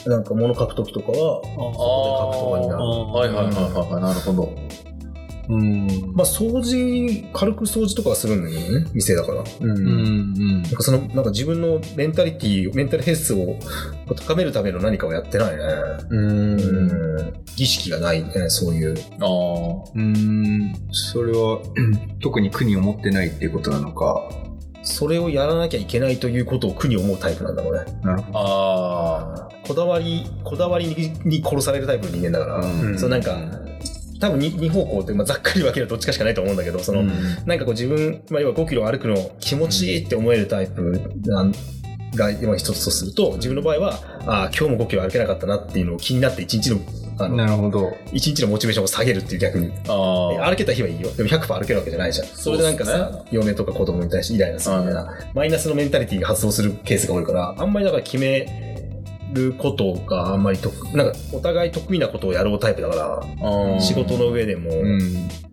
Speaker 2: なんか物書くときとかは、
Speaker 1: あ
Speaker 3: ああ、
Speaker 2: そこで書くとかになる
Speaker 3: はいはいはいはいはい、なるほど。
Speaker 1: うん。
Speaker 2: まあ掃除、軽く掃除とかはするんだけどね、店だから。
Speaker 3: う
Speaker 1: うん。うん
Speaker 2: なんかその、なんか自分のメンタリティ、メンタルヘルスを高めるための何かをやってないね。
Speaker 1: うん。
Speaker 2: うん。儀式がないね、そういう。
Speaker 3: ああ。
Speaker 1: うん。それは、特に苦に思ってないっていうことなのか。
Speaker 2: それをやらなきゃいけないということを苦に思うタイプなんだろうね。
Speaker 1: なるほ
Speaker 3: ああ。
Speaker 2: こだわり、こだわりにに殺されるタイプの人間だから。
Speaker 1: ど。
Speaker 3: うん
Speaker 2: そうなんか、多分に二方向って、まあ、ざっくり分けるとどっちかしかないと思うんだけど、その、なんかこう自分、まあ、要は5キロ歩くの気持ちいいって思えるタイプなんが今一つとすると、自分の場合は、ああ、今日も5キロ歩けなかったなっていうのを気になって一日の、あ
Speaker 1: な
Speaker 2: の、
Speaker 1: るほど。
Speaker 2: 一日のモチベーションを下げるっていう逆に。
Speaker 3: ああ。
Speaker 2: 歩けた日はいいよ。でも100%歩けるわけじゃないじゃん。それでなんか
Speaker 3: そうっす
Speaker 2: さ、嫁とか子供に対してイライラするみたいな、マイナスのメンタリティが発動するケースが多いから、あんまりだから決めることがあんまり得、なんかお互い得意なことをやろうタイプだから、
Speaker 3: うん
Speaker 2: 仕事の上でも、
Speaker 1: うん。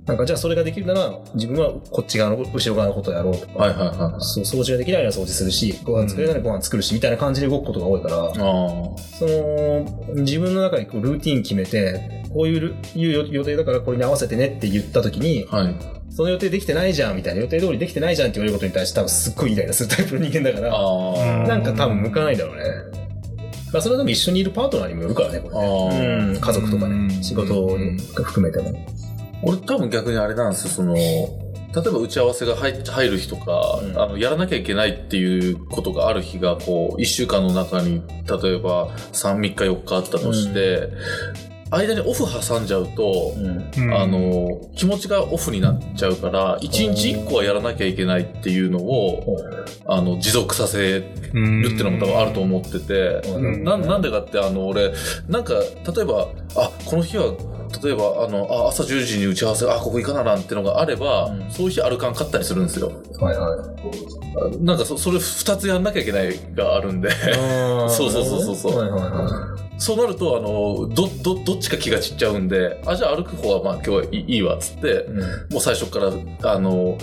Speaker 2: なんかじゃあそれができるなら、自分はこっち側の、後ろ側のことをやろうとか、
Speaker 3: はいはいはい。
Speaker 2: そう掃除ができないなら掃除するし、ご飯作れないならご飯作るし、みたいな感じで動くことが多いから、
Speaker 3: あ
Speaker 2: その、自分の中にこうルーティン決めて、こういうルいう予定だからこれに合わせてねって言った時に
Speaker 3: あ。、はい。
Speaker 2: その予定できてないじゃんみたいな、予定通りできてないじゃんって言われることに対して多分すっごいイライラするタイプの人間だから、
Speaker 3: ああ。
Speaker 2: なんか多分向かないだろうね。まあそれはでも一緒にいるパートナーにもよるからね、これね。
Speaker 3: あー
Speaker 2: うん、家族とか
Speaker 1: う
Speaker 2: ね、
Speaker 1: ん
Speaker 2: 仕事に含めても。
Speaker 3: 俺多分逆にあれなんですよ、その、例えば打ち合わせが入入る日とか、
Speaker 2: うん
Speaker 3: あの、やらなきゃいけないっていうことがある日が、こう、一週間の中に、例えば3、3日、4日あったとして、間にオフ挟んじゃうと、
Speaker 2: うん
Speaker 3: あ、の、気持ちがオフになっちゃうから、1日1個はやらなきゃいけないっていうのを、あの、持続させる
Speaker 1: うん
Speaker 3: っていうのも多分あると思ってて、
Speaker 1: うん
Speaker 3: ななんでかってあの俺なんか例えばあこの日は例えばあのあ朝10時に打ち合わせあここ行かななんてのがあれば、
Speaker 2: うん
Speaker 3: そういう日歩かんかったりするんですよ
Speaker 2: はいはい。
Speaker 3: あなんかそそれ2つやんなきゃいけないがある んでそうそうそうそうそう
Speaker 2: はいはいはい。
Speaker 3: そうなるとあのどどどっちか気が散っちゃうんであじゃあ歩く方はまあ今日はいいいいわっつってもう最初からあの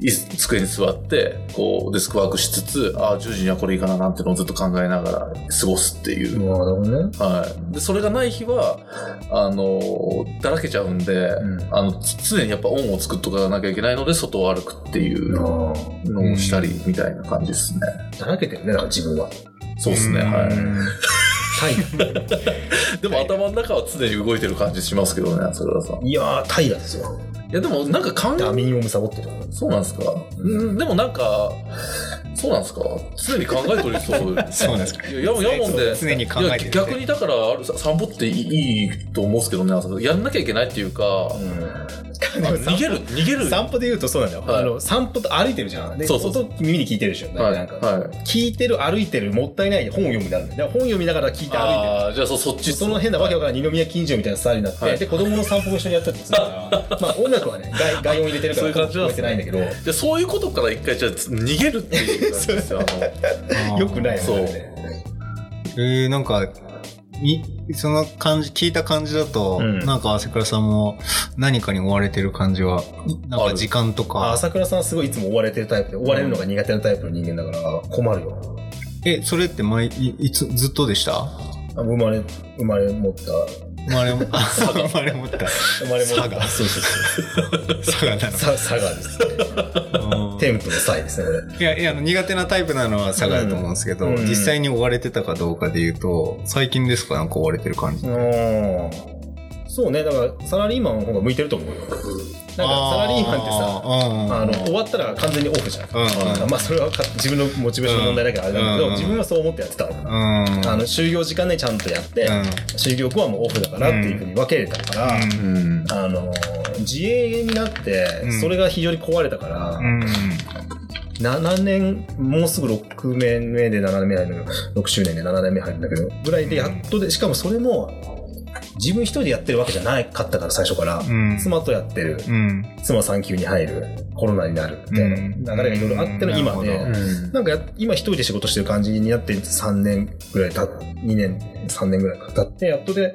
Speaker 3: い机に座ってこうデスクワークしつつあ10時にはこれいいかななんてのをずっと考えながら過ごすっていう
Speaker 2: うん。なるほどね。
Speaker 3: はい。で、それがない日は、あの、だらけちゃうんで、
Speaker 2: ん
Speaker 3: あの、つ常にやっぱオンを作っとかなきゃいけないので、外を歩くっていう
Speaker 2: あ
Speaker 3: のをしたり、みたいな感じですね。
Speaker 2: あ。だらけてるね、だから自分は。
Speaker 3: そうですね、は
Speaker 2: タイ
Speaker 3: い。でも頭の中は常に動いてる感じしますけどね、桜田さん。い
Speaker 2: だ。いやー、タイだですよ。
Speaker 3: や、でもなんか考
Speaker 2: ダ
Speaker 3: え、
Speaker 2: ミーをむさぼってる。
Speaker 3: そうなんですか、うん、でもなんか、そうなんですか常に考えとりそう。
Speaker 1: そうなんですか
Speaker 3: いや、やもやもんで。
Speaker 1: 常に考えて
Speaker 3: いや
Speaker 1: る。
Speaker 3: 逆に だからあるさ散歩っていいいいと思うんですけどね朝倉さんやんなきゃいけないっていうか、
Speaker 2: うん。
Speaker 3: 逃げる、逃げる。
Speaker 2: 散歩で言うとそうなんだよ。
Speaker 3: はい
Speaker 2: あの、散歩と歩いてるじゃん。で、
Speaker 3: そうそうそう
Speaker 2: 音耳に聞いてるでしょ。だから
Speaker 3: はい。
Speaker 2: なんか、
Speaker 3: はい。
Speaker 2: 聞いてる、歩いてる、もったいないで本を読むになるんだよ。だから本読みながら聞いて歩いてる。
Speaker 3: ああ、じゃあそそっちっす
Speaker 2: その変なわけわからない二宮金城みたいなスタイルになって、
Speaker 3: はい
Speaker 2: で、子供の散歩も一緒にやったりとかするから、 まあ音楽はね、外外音入れてるか
Speaker 3: そう
Speaker 2: ら
Speaker 3: いう感じ
Speaker 2: 聞
Speaker 3: なん
Speaker 2: こえ
Speaker 3: です
Speaker 2: て
Speaker 3: ね
Speaker 2: ないんだけど、
Speaker 3: でそういうことから一回じゃあ逃げるっていう感じ ですよ。あの
Speaker 2: よくないよね
Speaker 3: そう
Speaker 2: あれね。
Speaker 1: えー、なんか、いその感じ、聞いた感じだと、
Speaker 2: うん
Speaker 1: なんか、朝倉さんも何かに追われてる感じは、なんか時間と
Speaker 2: あ
Speaker 1: か、
Speaker 2: 朝倉さんはすごいいつも追われてるタイプで、追われるのが苦手なタイプの人間だから、困るよ。
Speaker 1: え、それって前、いいつ、ずっとでした
Speaker 2: あ生まれ、生まれ持った。
Speaker 1: 生まれも、あ生まれ持った。
Speaker 2: 生まれ持った。
Speaker 1: 佐賀
Speaker 2: そうそうそう。
Speaker 1: 佐賀な
Speaker 2: さ佐賀です。
Speaker 1: の。
Speaker 2: テンプの際ですね、これ。
Speaker 1: いや、いや、あの苦手なタイプなのは佐賀だと思うんですけど、
Speaker 2: うんうん
Speaker 1: 実際に追われてたかどうかで言うと、最近ですかなんか追われてる感じ。
Speaker 2: うん。そうね、だからサラリーマンの方が向いてると思うよ。なんかサラリーマンってさ、あ
Speaker 1: あ
Speaker 2: の
Speaker 1: ー、
Speaker 2: 終わったら完全にオフじゃん。
Speaker 1: うんうん
Speaker 2: まあそれはか自分のモチベーションの問題だからあれなんだけど、
Speaker 1: うん
Speaker 2: 自分はそう思ってやってたから。
Speaker 1: うん。うん。
Speaker 2: あの、就業時間内ちゃんとやって、就業後はもうオフだからっていうふうに分けれたから、
Speaker 1: うん。
Speaker 3: うん。
Speaker 2: あのー、自営になって
Speaker 1: うん、
Speaker 2: それが非常に壊れたから、
Speaker 1: うん。
Speaker 2: 7年、もうすぐ6年目で7年目入る、6周年で7年目入るんだけど、ぐらいでやっとで、しかもそれも、自分一人でやってるわけじゃないかったから、最初から。
Speaker 1: うん
Speaker 2: 妻とやってる、
Speaker 1: うん。
Speaker 2: 妻産休に入る、コロナになる、みたいな
Speaker 1: うん
Speaker 2: 流れがいろいろあっての
Speaker 1: な
Speaker 2: 今
Speaker 1: るほ
Speaker 2: で、なんかや今一人で仕事してる感じになって3年ぐらいた、2年、3年ぐらい経って、やっとで、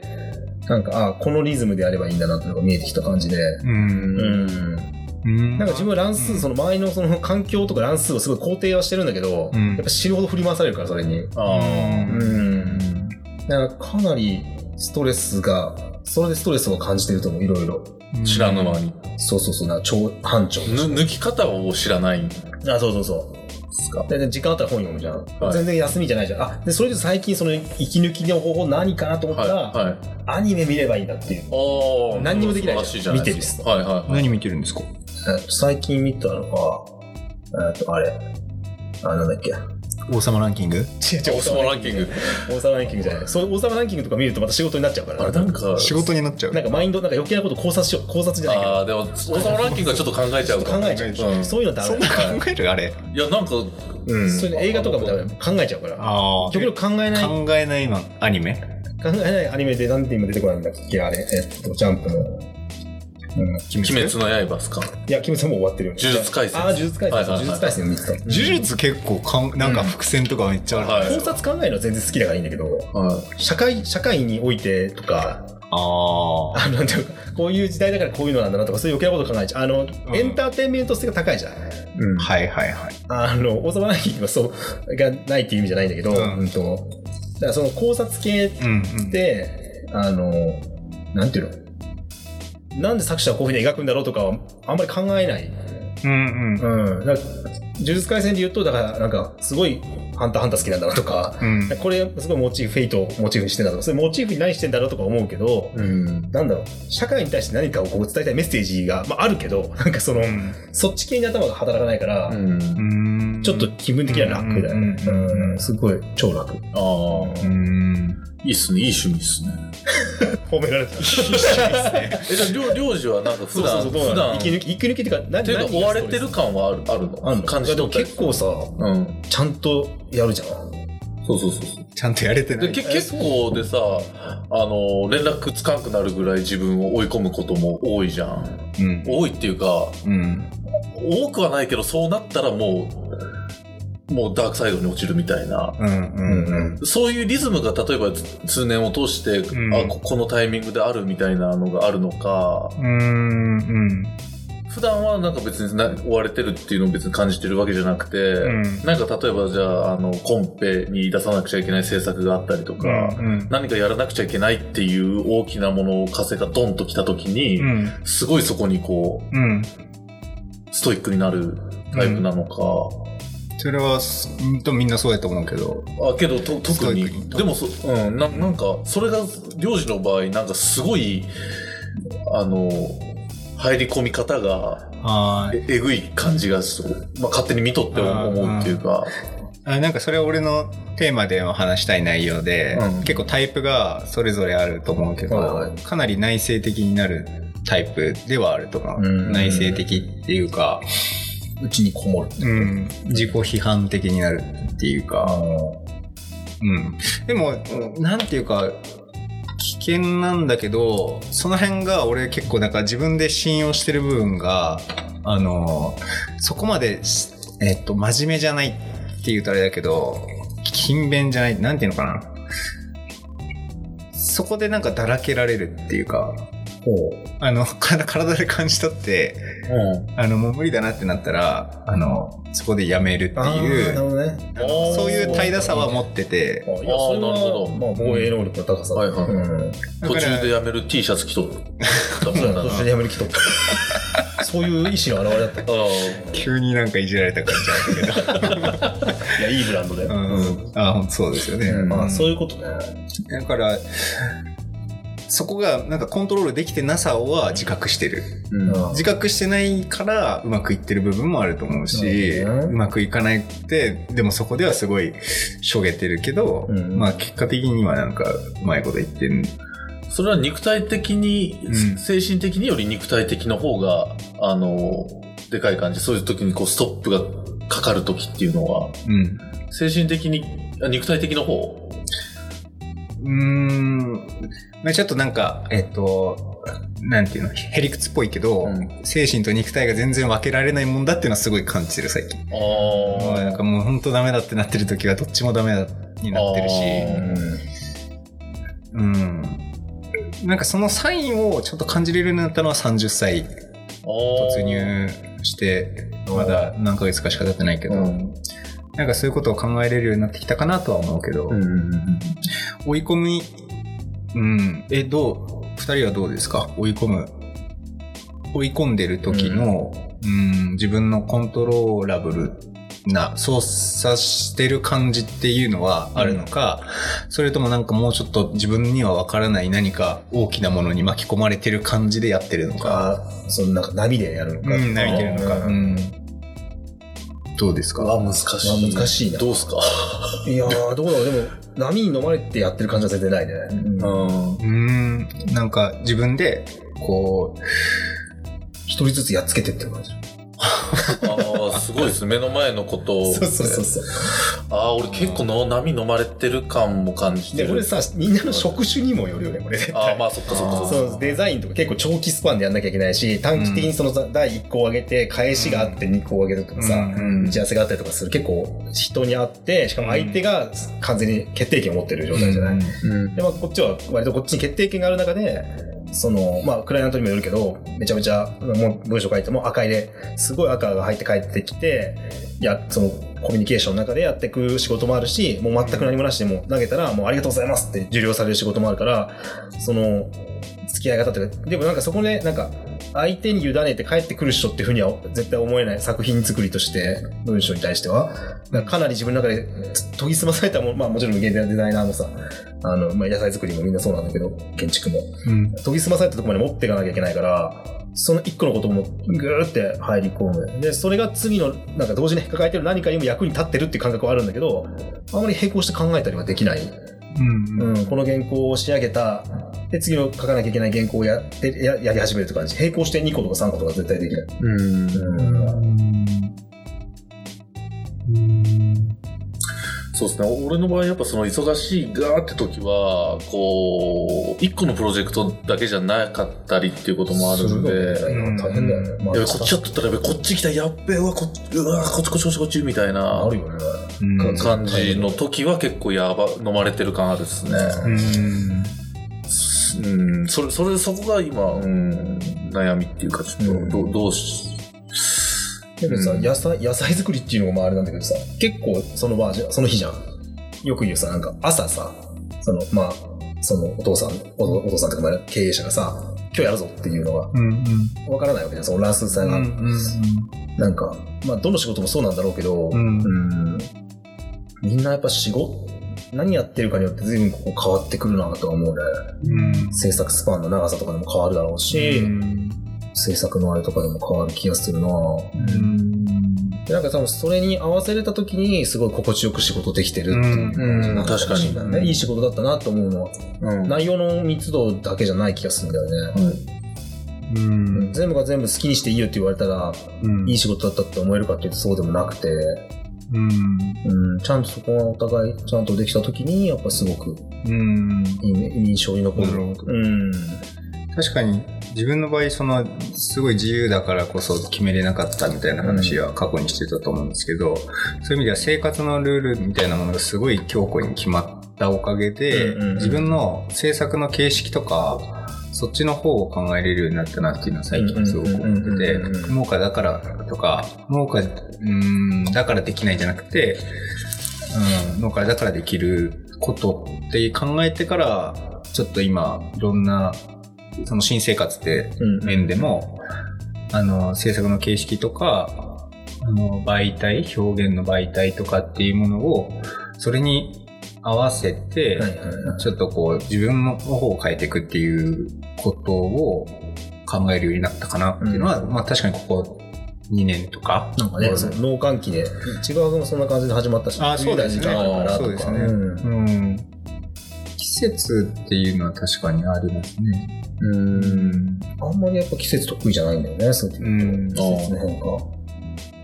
Speaker 2: なんか、ああ、このリズムでやればいいんだなっていうのが見えてきた感じで、
Speaker 1: うん。
Speaker 2: うん
Speaker 1: うん
Speaker 2: なんか自分は乱
Speaker 1: うん
Speaker 2: 数、その周りのその環境とか乱数をすごい肯定はしてるんだけど、
Speaker 1: うん
Speaker 2: やっぱ死ぬほど振り回されるから、それに。
Speaker 3: あー
Speaker 2: うん。だからかなりストレスが、それでストレスを感じてると思う、いろいろ。
Speaker 3: 知らぬ間に。
Speaker 2: そうそうそう、なんか超、班長。
Speaker 3: ぬ抜き方を知らないんで
Speaker 2: あ、そうそうそう。
Speaker 3: すか
Speaker 2: でで時間あったら本読むじゃん、
Speaker 3: はい
Speaker 2: 全然休みじゃないじゃん。あ、で、それで最近その息抜きの方法何かなと思ったら、
Speaker 3: はい。はい
Speaker 2: アニメ見ればいいんだっていう。
Speaker 3: ああ。
Speaker 2: 何にもできない
Speaker 3: 素晴らしいじゃないですか。はいはいはい。
Speaker 1: 何見てるんですか
Speaker 2: えっと最近見たのは、えっと、あれ、あ、なんだっけ。
Speaker 1: 王様ランキング
Speaker 2: 違う違
Speaker 3: 王様ランキング。
Speaker 2: 王様ランキングじゃない。そう王様ランキングとか見るとまた仕事になっちゃうから。
Speaker 3: あれなんか、
Speaker 1: 仕事になっちゃう
Speaker 2: なんかマインド、なんか余計なこと考察しよう、考察じゃないけ
Speaker 3: あ
Speaker 2: ど。
Speaker 3: あ、でも、王様ランキングはちょっと考えちゃうか
Speaker 2: 考
Speaker 3: も。
Speaker 2: えちゃう。
Speaker 3: うん
Speaker 2: そういうのダメだから。
Speaker 1: 考えるあれ
Speaker 3: いや、なんか、
Speaker 1: うん
Speaker 2: それで映画とかもダメだよ考えちゃうから。
Speaker 1: ああ
Speaker 2: 極力考えない、考
Speaker 1: 考えない今アニメ
Speaker 2: えないアニメでなんて今出てこないんだっけあれ。えっと、ジャンプの。うん、い
Speaker 1: 鬼
Speaker 3: 鬼滅の刃っすか。
Speaker 2: や、キムさんもう終わってるよね。
Speaker 3: 呪術廻戦
Speaker 2: ああ、呪術廻戦。
Speaker 3: はいはいはい
Speaker 2: 呪術廻戦見てた。
Speaker 1: 呪術結構かんなんか伏線とかめっちゃある、
Speaker 3: は
Speaker 2: 考
Speaker 3: い
Speaker 2: 察考えるのは全然好きだからいいんだけど、
Speaker 3: はい。
Speaker 2: 社会、社会においてと
Speaker 1: あ
Speaker 2: か、
Speaker 1: あ
Speaker 2: あの、なんていうか、こういう時代だからこういうのなんだなとか、そういう余計なこと考えちゃう。あの、
Speaker 1: ん
Speaker 2: エンターテインメント性が高いじゃん。
Speaker 3: うん。
Speaker 1: はいはいはい
Speaker 2: あの、王様ランキングはそう、がないっていう意味じゃないんだけど、
Speaker 1: うん
Speaker 2: うんと、だからその考察系っ
Speaker 1: うんうん
Speaker 2: て、あの、なんていうのなんで作者はこういうふうに描くんだろうとかは、あんまり考えない。
Speaker 1: うんうん
Speaker 2: うん。だから呪術廻戦で言うと、だからなんか、すごい、ハンターハンター好きなんだなとか、
Speaker 1: うん
Speaker 2: これ、すごいモチーフ、フェイトをモチーフにしてんだとか、それモチーフに何してんだろうとか思うけど、
Speaker 3: うん。
Speaker 2: なんだろう、社会に対して何かをこう伝えたいメッセージが、まああるけど、 なんかその、そっち系に頭が働かないから、
Speaker 3: うん。
Speaker 1: うん
Speaker 2: ちょっと気分的には楽だよね。
Speaker 1: う
Speaker 2: うんん、すごい、超楽。
Speaker 3: ああ
Speaker 1: う。ん
Speaker 3: いいっすね。いい趣味っすね。
Speaker 2: 褒めら れた。
Speaker 3: え、じゃあ、りょう、りょうじはなんか普段、
Speaker 2: そうそうそう、どうな
Speaker 3: 普
Speaker 2: の
Speaker 3: 段、
Speaker 2: 息抜き、息抜きっていうか、何
Speaker 3: ていうか
Speaker 2: 何
Speaker 3: 追われてる感はある、あるの
Speaker 2: あんの
Speaker 3: 感じ
Speaker 2: いやで
Speaker 3: と
Speaker 2: も
Speaker 3: ったり
Speaker 2: 結構さ、
Speaker 3: うん。
Speaker 2: ちゃんとやるじゃん。
Speaker 3: そうそうそうそう。
Speaker 1: ちゃんとやれてな
Speaker 3: で、
Speaker 1: い
Speaker 3: け結構でさ、あの、連絡つかんくなるぐらい自分を追い込むことも多いじゃん。
Speaker 1: うん
Speaker 3: 多いっていうか、
Speaker 1: うん
Speaker 3: 多くはないけど、そうなったらもう、もうダークサイドに落ちるみたいな。
Speaker 1: うんうんうん
Speaker 3: そういうリズムが例えばつ通年を通して、
Speaker 1: うん
Speaker 3: あここのタイミングであるみたいなのがあるのか
Speaker 1: うんうん
Speaker 3: 普段はなんか別にな追われてるっていうのを別に感じてるわけじゃなくて、
Speaker 1: ん
Speaker 3: なんか例えばじゃああのコンペに出さなくちゃいけない制作があったりとか、
Speaker 1: うん
Speaker 3: 何かやらなくちゃいけないっていう大きなものを風がドンと来た時に、
Speaker 1: うん
Speaker 3: すごいそこにこ
Speaker 1: うん
Speaker 3: うストイックになるタイプなのか、
Speaker 1: それはすうんとみんなそうやと思うけど
Speaker 3: あけどと
Speaker 1: スト
Speaker 3: 特
Speaker 1: イ
Speaker 3: に
Speaker 1: ックに
Speaker 3: でもそうんななんかそれが領事の場合なんかすごいあの入り込み方が
Speaker 1: は
Speaker 3: ええぐい感じがする、まあ、勝手に見とって思うっていうか
Speaker 1: あなんかそれは俺のテーマでは話したい内容で、
Speaker 3: うん
Speaker 1: 結構タイプがそれぞれあると思うけど、
Speaker 2: はいはい
Speaker 1: かなり内省的になるタイプではあるとか、
Speaker 2: うん
Speaker 1: 内省的っていうか、
Speaker 2: うちにこもる。
Speaker 1: うん、自己批判的になるっていうか、うん、でもなんていうか危険なんだけどその辺が俺結構なんか自分で信用してる部分があのそこまで、しえっと、真面目じゃないっていうとあれだけど勤勉じゃないなんていうのかなそこでなんかだらけられるっていうか
Speaker 2: ほ
Speaker 1: あの 体体で感じ取って
Speaker 3: うん。
Speaker 1: あのもう無理だなってなったらあのそこでやめるって
Speaker 2: あー
Speaker 1: い
Speaker 2: なる
Speaker 1: う
Speaker 2: ほどね。
Speaker 1: そういう
Speaker 3: 態
Speaker 1: 怠惰さは持ってて
Speaker 2: あいや
Speaker 3: あー
Speaker 2: それは
Speaker 3: なるほど
Speaker 2: まあ、防衛能力の高さ。
Speaker 3: はいはい
Speaker 2: うん
Speaker 1: だ
Speaker 3: 途
Speaker 1: から
Speaker 3: 中でやめる T シャツ着とる。ダ メ
Speaker 2: そう
Speaker 3: だ
Speaker 2: だ
Speaker 3: な
Speaker 2: な。途中でやめる気とった。 そういう意思の表れだった。
Speaker 3: あ
Speaker 1: 急になんかいじられた感じあ ったけど。
Speaker 2: いや、いいブランドで。
Speaker 1: うん、あ本当そうですよね、
Speaker 2: うんまあ、そう
Speaker 1: う
Speaker 2: いうことね。
Speaker 1: だからそこがなんかコントロールできてなさは自覚してる
Speaker 3: ーうん
Speaker 1: 自覚してないからうまくいってる部分もあると思うし、
Speaker 2: なるほど
Speaker 1: う
Speaker 2: ね
Speaker 1: まくいかないってでもそこではすごいしょげてるけど、
Speaker 2: うん
Speaker 1: まあ結果的にはなんかうまいこと言ってる
Speaker 3: それは肉体的に、
Speaker 1: うん
Speaker 3: 精神的により肉体的の方が、あの、でかい感じ。そういう時にこう、ストップがかかる時っていうのは、
Speaker 1: うん
Speaker 3: 精神的に、あ肉体的の方
Speaker 1: うーんまあちょっとなんかえっ、となんていうのへりくつっぽいけど、
Speaker 3: うん
Speaker 1: 精神と肉体が全然分けられないもんだっていうのはすごい感じてる最近
Speaker 3: あ
Speaker 1: なんかもう本当ダメだってなってる時はどっちもダメだになってるし、
Speaker 3: あ
Speaker 1: うん。なんかそのサインをちょっと感じれるようになったのは30歳突
Speaker 3: 突。
Speaker 1: 入して、まだ何ヶ月かしか経ってないけど、なんかそういうことを考えれるようになってきたかなとは思うけど、
Speaker 3: うんうんうん
Speaker 1: 追い込み、うん、え、どう、二人はどうですか追い込む。追い込んでる時の、うん、自分のコントローラブルな操作してる感じっていうのはあるのか、それともなんかもうちょっと自分にはわからない何か大きなものに巻き込まれてる感じでやってるのか、
Speaker 2: あーそのなんか、ナビでやるのか。
Speaker 1: うん、泣いてるのか、
Speaker 2: う
Speaker 1: うんん。どうですか
Speaker 3: は難しい。
Speaker 2: まあ難しいな
Speaker 3: どうすか
Speaker 2: いやー、どうだろう。でも、波に飲まれてやってる感じは全然ないね。
Speaker 3: ん。
Speaker 1: うん、なんか自分で、こ
Speaker 2: 一人ずつやっつけてってる感じ。
Speaker 3: ああ、すごいです。目の前のことを。
Speaker 2: そう。
Speaker 3: ああ、俺結構の波飲まれてる感も感じて
Speaker 2: で、これ
Speaker 3: る。
Speaker 2: さ、みんなの職種にもよるよね、これ絶対。
Speaker 3: ああ、まあそっかそっかそっか。
Speaker 2: そうデザインとか結構長期スパンでやんなきゃいけないし短期的にそのさ第1項を上げて返しがあって2項を上げるとか
Speaker 1: う、
Speaker 2: さ、
Speaker 1: うん
Speaker 2: 打ち合わせがあったりとかする結構人にあってしかも相手が完全に決定権を持ってる状態じゃない、
Speaker 3: うん
Speaker 2: でまあ、こっちは割とこっちに決定権がある中でそのまあクライアントにもよるけどめちゃめちゃもう文章書いても赤入れすごい赤が入って帰ってきていやそのコミュニケーションの中でやっていく仕事もあるしもう全く何もなしでもう投げたらもうありがとうございますって受領される仕事もあるからその付き合い方というかでもなんかそこでなんか相手に委ねて帰ってくる人っていうふうには絶対思えない作品作りとして文章に対してはだからかなり自分の中で研ぎ澄まされたものまあもちろん現代のデザイナーもさあの、まあ、野菜作りもみんなそうなんだけど、建築も。
Speaker 1: うん
Speaker 2: 研ぎ澄まされたところまで持っていかなきゃいけないから、その一個のこともぐーって入り込む。で、それが次の、なんか同時に抱えてる何かにも役に立ってるっていう感覚はあるんだけど、あまり並行して考えたりはできない。
Speaker 1: うんうん
Speaker 2: うん、この原稿を仕上げた、で、次の書かなきゃいけない原稿をやってややり始めるって感じ。並行して2個とか3個とか絶対できない。
Speaker 3: うん
Speaker 2: うん。
Speaker 3: そうですね。俺の場合、やっぱその忙しいガーって時は、こう、一個のプロジェクトだけじゃなかったりっていうこともあるんで、
Speaker 2: すごいね大変だよね。ま
Speaker 3: いやこっちやっとったらやべ、こっち来た、やっべ、うわ、こっち、うわ、こっちこっちこっちこっちみたいな
Speaker 2: あるよね。
Speaker 1: うん
Speaker 2: うん
Speaker 3: 感じの時は結構やば、飲まれてる感あるですね。
Speaker 1: うん
Speaker 3: うん、それ、それ、そこが今、うん、悩みっていうか、ちょっと、
Speaker 2: うん
Speaker 3: どどうし、
Speaker 2: でもさ、
Speaker 3: うん
Speaker 2: 野菜、野菜作りっていうのもまああれなんだけどさ、結構その場じゃ、その日じゃん。よく言うさ、なんか朝さ、その、まあ、そのお父さん、おお父さんとかまあ経営者がさ、今日やるぞっていうのが
Speaker 1: うんうん
Speaker 2: わからないわけじゃん、そのランスさんが。なんか、まあ、どの仕事もそうなんだろうけど、
Speaker 1: うん
Speaker 2: んみんなやっぱ仕事、何やってるかによって随分ここ変わってくるなとは思うね。
Speaker 1: うん
Speaker 2: 制作スパンの長さとかでも変わるだろうし、制作のあれとかでも変わる気がするなでなんか多分それに合わせれた時にすごい心地よく仕事できてるっていう感じなのもしれない
Speaker 3: うんうん確
Speaker 2: ね
Speaker 3: かに
Speaker 2: いい仕事だったなと思うのは、
Speaker 3: うん。
Speaker 2: 内容の密度だけじゃない気がするんだよね。
Speaker 3: う
Speaker 1: う
Speaker 3: ん
Speaker 1: ん。
Speaker 2: 全部が全部好きにしていいよって言われたら、
Speaker 1: うん
Speaker 2: いい仕事だったって思えるかっていうとそうでもなくて、
Speaker 1: うん。
Speaker 2: うん、ちゃんとそこがお互いちゃんとできた時に、やっぱすごく
Speaker 1: うん。
Speaker 2: いいね印象に残
Speaker 1: な
Speaker 2: る。
Speaker 1: るほど。
Speaker 2: うん。
Speaker 1: 確かに自分の場合そのすごい自由だからこそ決めれなかったみたいな話は過去にしてたと思うんですけど、そういう意味では生活のルールみたいなものがすごい強固に決まったおかげで、
Speaker 2: うんうんうん
Speaker 1: 自分の制作の形式とかそっちの方を考えれるようになったなっていうのは最近すごく思って
Speaker 2: うんうんうんうんう
Speaker 1: て
Speaker 2: ん
Speaker 1: 農家だからとか農家うんだからできないんじゃなくてうん、農家だからできることって考えてから、ちょっと今、いろんな、その新生活って
Speaker 2: うん。
Speaker 1: 面でも、あの、制作の形式とか、あの、媒体、表現の媒体とかっていうものを、それに合わせて、
Speaker 2: はいはいはい。
Speaker 1: ちょっとこう、自分の方を変えていくっていうことを考えるようになったかなっていうのは、まあ確かにここ2年とか。
Speaker 2: なんかね、
Speaker 1: うん
Speaker 2: その農閑期で、ちぐはぐもそんな感じで始まったし、
Speaker 1: あそうですね
Speaker 2: 冬大事だからとか
Speaker 1: そうですね
Speaker 2: うん
Speaker 1: うん。季節っていうのは確かにありますね。
Speaker 2: うん。あんまりやっぱ季節得意じゃないんだよね、そういう時
Speaker 1: うん
Speaker 2: 季節の変化。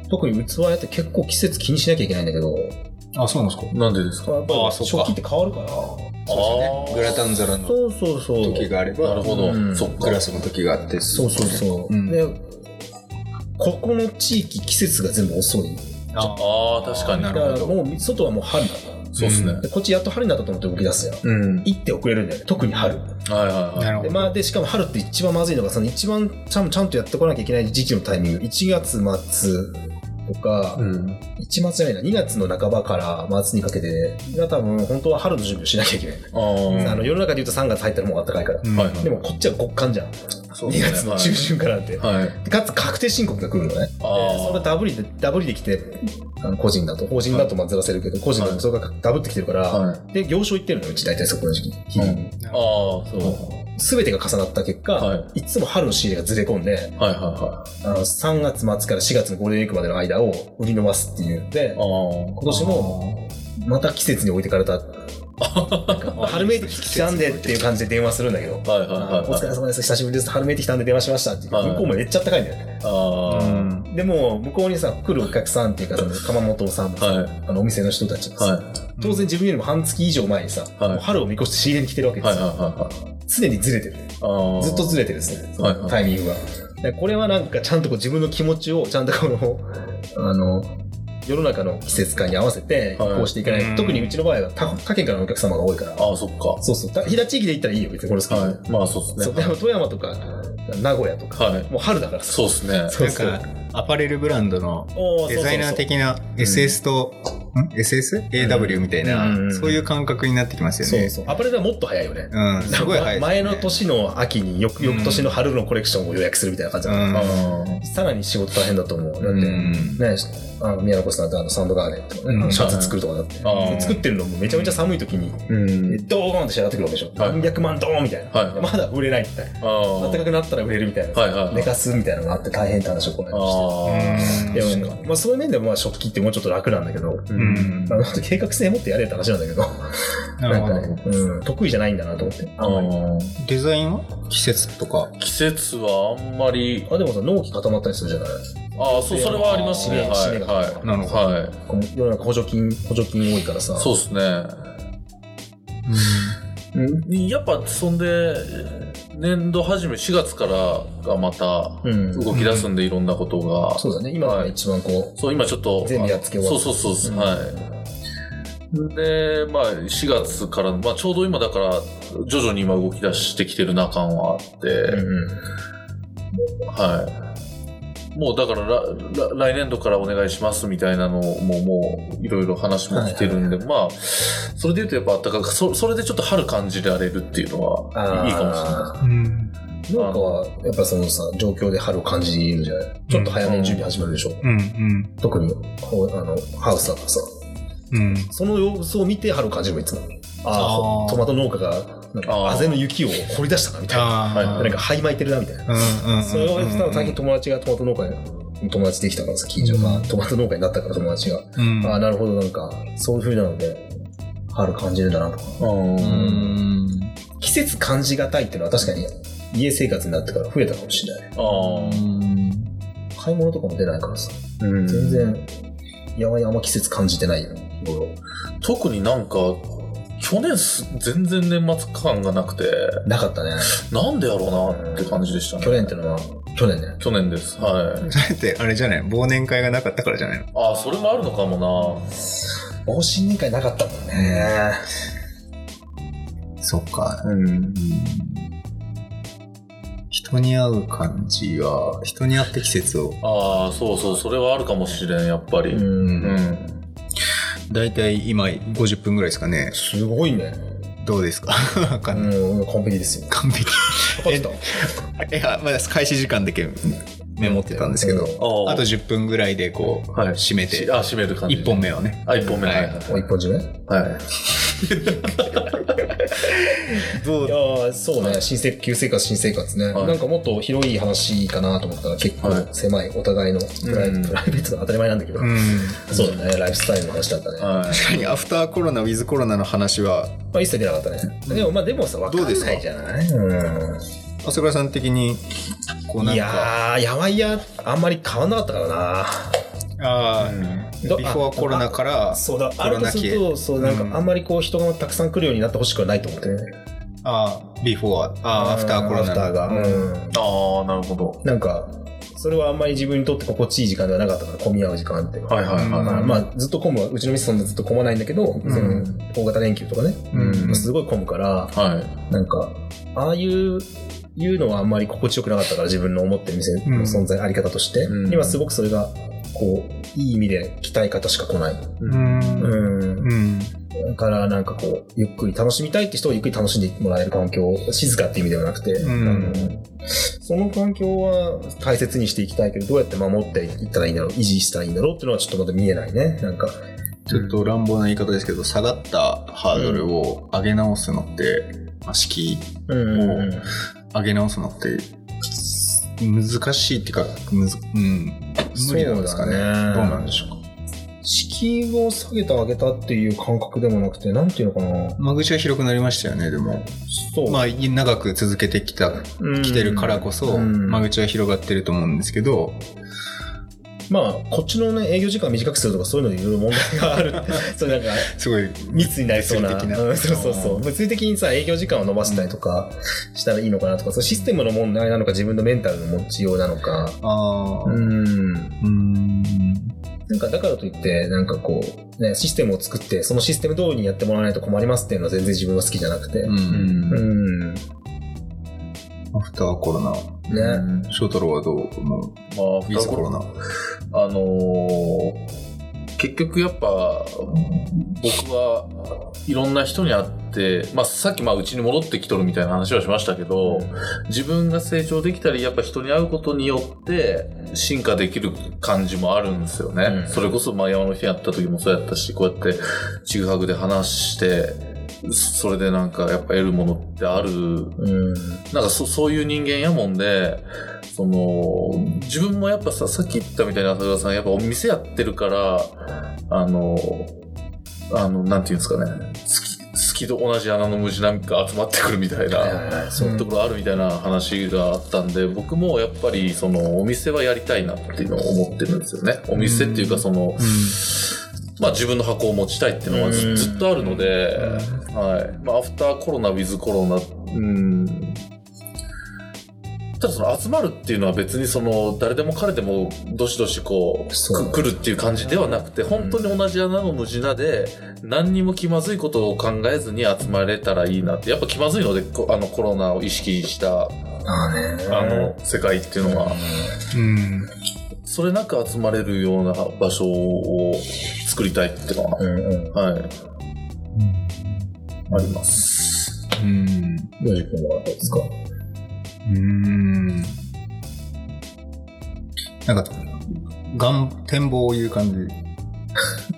Speaker 2: 特に器屋って結構季節気にしなきゃいけないんだけど、
Speaker 1: あ、そうなんですか。
Speaker 3: なんでですか
Speaker 2: やっぱ
Speaker 1: あそっか
Speaker 2: 食器って変わるから。
Speaker 1: そうですね。グラタン皿の
Speaker 2: そうそうそう。
Speaker 1: 時があれば、
Speaker 3: なるほど、
Speaker 2: うん
Speaker 3: そっか
Speaker 1: グラスの時があって。
Speaker 2: そうそうそ
Speaker 1: う
Speaker 2: う。
Speaker 1: ん
Speaker 2: で、ここの地域季節が全部遅い。
Speaker 1: あ
Speaker 3: ああ確かに
Speaker 1: な
Speaker 2: だ
Speaker 1: る
Speaker 2: か
Speaker 1: ほど
Speaker 2: らもう外はもう春だから
Speaker 3: そうっすね、
Speaker 1: うん
Speaker 2: でこっちやっと春になったと思って動き出すやん。
Speaker 3: うんはい
Speaker 2: 行って遅れるんだよね。特に春。
Speaker 3: はい
Speaker 1: な
Speaker 3: はい
Speaker 1: るほ
Speaker 2: で
Speaker 1: ど。
Speaker 2: まあ、でしかも春って一番まずいのがその一番ちゃんちゃんとやってこなきゃいけない時期のタイミング1月末とか、
Speaker 3: ん、
Speaker 2: 1月じゃないな2月の半ばから末にかけてが多分本当は春の準備をしなきゃいけない、
Speaker 3: あー
Speaker 2: あの世の中で言うと3月入ったらもう暖かいから、
Speaker 1: うん
Speaker 3: はいはい
Speaker 2: でもこっちは極寒じゃん、
Speaker 3: そ
Speaker 2: 2月の中旬からなんて、
Speaker 3: はい、はい、
Speaker 2: かつ確定申告が来るのねで
Speaker 3: あ
Speaker 2: それダブりでダブりできてあの個人だと法人だとまあずらせるけど、個人だとそれがダブってきてるから、
Speaker 3: あはい
Speaker 2: で行商行ってるのようち大体そこの時期に日々に、
Speaker 3: うんああそう
Speaker 2: 全てが重なった結果、、
Speaker 3: はい
Speaker 2: つも春の仕入れがずれ込んで、
Speaker 3: はいはいは
Speaker 2: あの、3月末から4月のゴールデンウィークまでの間を売り伸ばすっていうので
Speaker 3: い、あ
Speaker 2: 今年も、また季節に置いてかれた。なんか 春めいてきたんでっていう感じで電話するんだけど、
Speaker 3: あはいはい
Speaker 2: あ
Speaker 3: はい
Speaker 2: お疲れ様です、久しぶりです、春めいてきたんで電話しましたって言って、
Speaker 3: はい
Speaker 2: 向こうもめっちゃ高いんだよね。
Speaker 3: あ
Speaker 1: う
Speaker 3: あ、
Speaker 1: ん
Speaker 2: でも、向こうにさ、来るお客さんっていうか、 その、鎌本さんもさ、
Speaker 3: はい
Speaker 2: あの、お店の人たちもさ、
Speaker 3: はい
Speaker 2: 当然自分よりも半月以上前にさ、
Speaker 3: はい
Speaker 2: もう春を見越して仕入れに来てるわけで
Speaker 3: はいはい
Speaker 2: す
Speaker 3: はい
Speaker 2: よ。
Speaker 3: はい
Speaker 2: 常にずれてる。
Speaker 3: あー
Speaker 2: ずっとずれてるんですね、
Speaker 3: はいはい
Speaker 2: タイミングが。でこれはなんかちゃんとこう自分の気持ちをちゃんとこの、 あの、世の中の季節感に合わせて移
Speaker 3: はい
Speaker 2: 行していかないと、
Speaker 1: うん
Speaker 2: 特にうちの場合は他他県からのお客様が多いから。
Speaker 3: ああそっか
Speaker 2: そうそう。だ飛騨地域で行ったらいいよ、別にこれ好き、
Speaker 3: はいまあそうです
Speaker 2: そう
Speaker 3: ね
Speaker 2: でも富山とか、名古屋とか、
Speaker 3: はい
Speaker 2: もう春だから
Speaker 3: そうですね
Speaker 2: そう
Speaker 1: なんか、アパレルブランドの
Speaker 2: お
Speaker 1: デザイナー的な SS と、ん ?SS?AW みたいな、
Speaker 2: うん
Speaker 1: そういう感覚になってきます
Speaker 2: そ
Speaker 1: よ
Speaker 2: う
Speaker 1: ね。
Speaker 2: そう。アパレルはもっと早いよね。
Speaker 1: うん、すごい早いですね、
Speaker 2: 前の年の秋に、翌翌年の春のコレクションを予約するみたいな感じだから、
Speaker 1: うん
Speaker 3: あ
Speaker 2: さらに仕事大変だと思う。だって、
Speaker 1: うん
Speaker 2: ね、あの宮の子さんってあのサンドガーデンとかね、
Speaker 1: うん
Speaker 2: シャツ作るとかだって、
Speaker 3: あ
Speaker 2: 作ってるのもめちゃめちゃ寒い時に、
Speaker 3: うん
Speaker 2: ドーンって仕上がってくるわけでしょ。
Speaker 3: はい
Speaker 2: 何百万ドーンみたいな。
Speaker 3: はい
Speaker 2: まだ売れないみたいな。
Speaker 3: ああ
Speaker 2: 暖かくなったら売れるみたいな。
Speaker 3: はいはいはい
Speaker 2: 寝かすみたいなのがあって大変って話をこの間
Speaker 1: う
Speaker 2: して。
Speaker 3: ああ
Speaker 1: ん
Speaker 2: いやまあ、そういう面でもまあ食器ってもうちょっと楽なんだけど、
Speaker 3: う
Speaker 1: うんん
Speaker 2: ま。あ計画性持ってやれって話なんだけど、
Speaker 1: な
Speaker 2: な
Speaker 1: る
Speaker 2: ん
Speaker 1: ほ
Speaker 2: か
Speaker 1: ど。
Speaker 2: ね、うん、得意じゃないんだなと思って。
Speaker 3: あー
Speaker 1: デザインは季節とか。
Speaker 3: 季節はあんまり
Speaker 2: あ、でもさ、納期固まったりするじゃない
Speaker 3: ああそうそれはありますね
Speaker 2: 締め締め
Speaker 3: はい
Speaker 2: が
Speaker 3: はい
Speaker 1: なるほど
Speaker 3: はい
Speaker 2: この世の中補助金、補助金多いからさ。
Speaker 3: そうですねやっぱそんで年度始め4月からがまた
Speaker 2: うん
Speaker 3: 動き出すんでいろんなことが
Speaker 2: そうだね。今が一番こう、
Speaker 3: そう今ちょっと
Speaker 2: 全部やっつけ終わ
Speaker 3: そ
Speaker 2: っ
Speaker 3: う
Speaker 2: た
Speaker 3: そうそうそ
Speaker 2: う
Speaker 3: う、
Speaker 2: ん
Speaker 3: はいでまあ4月から、まあ、ちょうど今だから徐々に今動き出してきてるな感はあって、
Speaker 2: うん
Speaker 3: はいもうだかららら来年度からお願いしますみたいなのももういろいろ話も来てるんで、まあそれで言うとやっぱあったかくそそれでちょっと春感じられるっていうのはいいかもしれない
Speaker 2: い。
Speaker 1: うん。
Speaker 2: 農家はやっぱそのさ状況で春を感じるじゃないちょっと早めに準備始まるでしょ、
Speaker 1: うん。
Speaker 2: 特にほあのハウスだとさ
Speaker 1: うん。
Speaker 2: その様子を見て春を感じるもんいつも
Speaker 1: あー
Speaker 2: ああトマト農家がなんか
Speaker 3: あー
Speaker 2: あぜの雪を掘り出したなみたいな
Speaker 1: あ
Speaker 3: ー
Speaker 1: あ。
Speaker 2: なんか灰巻いてるなみたいな、
Speaker 1: うんうん。
Speaker 2: それをやってたら最近友達がトマト農家に友達できたからさ近所が、
Speaker 1: うん
Speaker 2: トマト農家になったから友達が、
Speaker 1: うん。
Speaker 2: ああなるほどなんかそういう風なので春感じるんだなとか
Speaker 3: う
Speaker 1: う
Speaker 3: ん
Speaker 1: ん。
Speaker 2: 季節感じがたいっていうのは確かに家生活になってから増えたかもしれない。
Speaker 3: ああ。
Speaker 2: 買い物とかも出ないからさ。
Speaker 3: うん
Speaker 2: 全然、やわやま季節感じてないよ。僕
Speaker 3: 特になんか、去年す全然年末感がなくて、
Speaker 2: なかったね。
Speaker 3: なんでやろうなって感じでしたね。
Speaker 2: 去年ってのは、去年ね。
Speaker 3: 去年です。はい。
Speaker 1: だって、あれじゃない忘年会がなかったからじゃないの
Speaker 3: ああ、それもあるのかも
Speaker 2: もう新年会なかったもんね。
Speaker 1: そっか。
Speaker 3: な。うん。
Speaker 1: 人に会う感じは、人に会って季節を。
Speaker 3: ああ、そうそう、それはあるかもしれん、やっぱり。
Speaker 2: う
Speaker 3: うん。
Speaker 2: ん。
Speaker 1: だいたい今50分ぐらいですかね。
Speaker 2: すごいね。
Speaker 1: どうですかわかんない
Speaker 2: うん、完璧ですよ。
Speaker 1: 完璧。
Speaker 2: えっ
Speaker 1: いや、まだ開始時間だけメモってたんですけど、
Speaker 3: あ
Speaker 1: あと10分ぐらいでこう、
Speaker 3: はい
Speaker 1: 締めて、
Speaker 3: あ、締める感じ。
Speaker 1: 1本。目をね。
Speaker 3: あ、一本目。はいはい
Speaker 2: もう一本締め
Speaker 3: はい。
Speaker 1: どう
Speaker 2: いやーそうね、新生旧生活、新生活ね、
Speaker 3: はい
Speaker 2: なんかもっと広い話かなと思ったら、結
Speaker 3: はい
Speaker 2: 構狭い、お互いのプライ,、
Speaker 3: うん
Speaker 2: プライベートの当たり前なんだけど、
Speaker 1: うん。
Speaker 2: そうだね、ライフスタイルの話だったね。ま
Speaker 3: はい。
Speaker 1: 確かにアフターコロナ、ウィズコロナの話は、
Speaker 2: あ、一切出なかったね。でも、まあ、でもさ、わかんないじゃないうん
Speaker 1: 朝倉さん的に、こうなん
Speaker 2: い
Speaker 1: か、
Speaker 2: やー、やばいや、あんまり変わんなかったからな。
Speaker 1: ああ、
Speaker 2: ど
Speaker 1: ビフォーコロナから、
Speaker 2: そうだ、
Speaker 1: コ
Speaker 2: あれ
Speaker 1: ロ
Speaker 2: と
Speaker 1: ナ
Speaker 2: す
Speaker 1: 期
Speaker 2: る
Speaker 1: へ。
Speaker 2: と、そう、なん
Speaker 1: うん
Speaker 2: か、あんまりこう、人がたくさん来るようになってほしくはないと思ってね。
Speaker 1: ああ、ビフォー、ああ、アフターコロナ。
Speaker 2: アフターが。うん
Speaker 3: ああ、なるほど。
Speaker 2: なんか、それはあんまり自分にとって心地いい時間ではなかったから、混み合う時間って。
Speaker 3: はいはいはい。
Speaker 2: まあ、まあずっと混むわうちの店そんなずっと混まないんだけど、
Speaker 1: ん
Speaker 2: その大型連休とかね、
Speaker 1: うん
Speaker 2: すごい混むから、
Speaker 3: はい。
Speaker 2: なんか、ああいう、いうのはあんまり心地よくなかったから、自分の思ってる店の存在、あり方として、
Speaker 3: うん
Speaker 2: 今すごくそれが、こう、いい意味で来たい方しか来ない。
Speaker 1: うん。うん。
Speaker 2: うん。
Speaker 1: うん。
Speaker 2: だから、なんかこう、ゆっくり楽しみたいって人をゆっくり楽しんでもらえる環境、静かって意味ではなくて、
Speaker 1: ん
Speaker 2: あのその環境は大切にしていきたいけど、どうやって守っていったらいいんだろう、維持したらいいんだろうっていうのはちょっとまだ見えないね。なんか、
Speaker 1: ちょっと乱暴な言い方ですけど、下がったハードルを上げ直すのって、まあ、敷居
Speaker 2: うん
Speaker 1: うんうん上げ直すのって、難しいっていうか、むずうん、無理なんですかね。どう
Speaker 2: そうだね
Speaker 1: なんでしょうか。
Speaker 2: 敷居を下げた上げたっていう感覚でもなくて、なんていうのかな。
Speaker 1: 間口は広くなりましたよね、でも。
Speaker 2: そう。
Speaker 1: まあ、長く続けてきた、
Speaker 2: うん
Speaker 1: 来てるからこそ、
Speaker 2: うん
Speaker 1: 間口は広がってると思うんですけど、
Speaker 2: まあ、こっちのね、営業時間短くするとかそういうのでいろいろ問題 がある。そうなんか、
Speaker 1: すごい、
Speaker 2: 密になりそうな。
Speaker 1: 物理的な
Speaker 2: うんそうそうそう。物理的にさ、営業時間を伸ばしたりとかしたらいいのかなとか、そうシステムの問題なのか、自分のメンタルの持ちようなのか。
Speaker 1: あ
Speaker 2: う
Speaker 1: ー
Speaker 2: ん。
Speaker 1: うーん、
Speaker 2: なんかだからといって、なんかこう、ね、システムを作って、そのシステム通りにやってもらわないと困りますっていうのは全然自分は好きじゃなくて。
Speaker 1: う。
Speaker 2: うんん。ね。
Speaker 1: アフターコロナ。
Speaker 3: うん
Speaker 1: 翔太郎はどう思う
Speaker 3: まあ、
Speaker 1: ウィズコロナ。
Speaker 3: あのー結局やっぱ僕はいろんな人に会って、まあ、さっきまあうちに戻ってきとるみたいな話はしましたけど自分が成長できたりやっぱ人に会うことによって進化できる感じもあるんですよね、
Speaker 2: うん
Speaker 3: それこそまあ山の日やった時もそうやったしこうやってちぐはぐで話してそれでなんかやっぱ得るものってある
Speaker 2: うん。
Speaker 3: なんかそそういう人間やもんで、その、自分もやっぱさ、さっき言ったみたいな浅田さん、やっぱお店やってるから、あの、あの、なんていうんですかね、好き、好きと同じ穴の無地なんか集まってくるみたい
Speaker 2: はい
Speaker 3: な、
Speaker 2: はいはい。
Speaker 3: そういうところあるみたいな話があったんで、僕もやっぱり、その、お店はやりたいなっていうのを思ってるんですよね。お店っていうか、その、まあ自分の箱を持ちたいっていうのは
Speaker 2: う
Speaker 3: ず
Speaker 2: ん
Speaker 3: ずっとあるので、はい。まあアフターコロナ、ウィズコロナ、うん。ただその集まるっていうのは別にその誰でも彼でもどしどしこう
Speaker 2: そう
Speaker 3: く来るっていう感じではなくて本当に同じ穴の無地なで何にも気まずいことを考えずに集まれたらいいなってやっぱ気まずいのでこあのコロナを意識したあ
Speaker 2: まあね。
Speaker 3: の世界っていうのは
Speaker 1: うん。
Speaker 3: それなく集まれるような場所を作りたいっていうのは
Speaker 2: うんうん。
Speaker 3: はい。あります。
Speaker 1: うん。
Speaker 2: ヨジ君はどう ですか
Speaker 1: うーんなんか、がん、展望を言う感じ。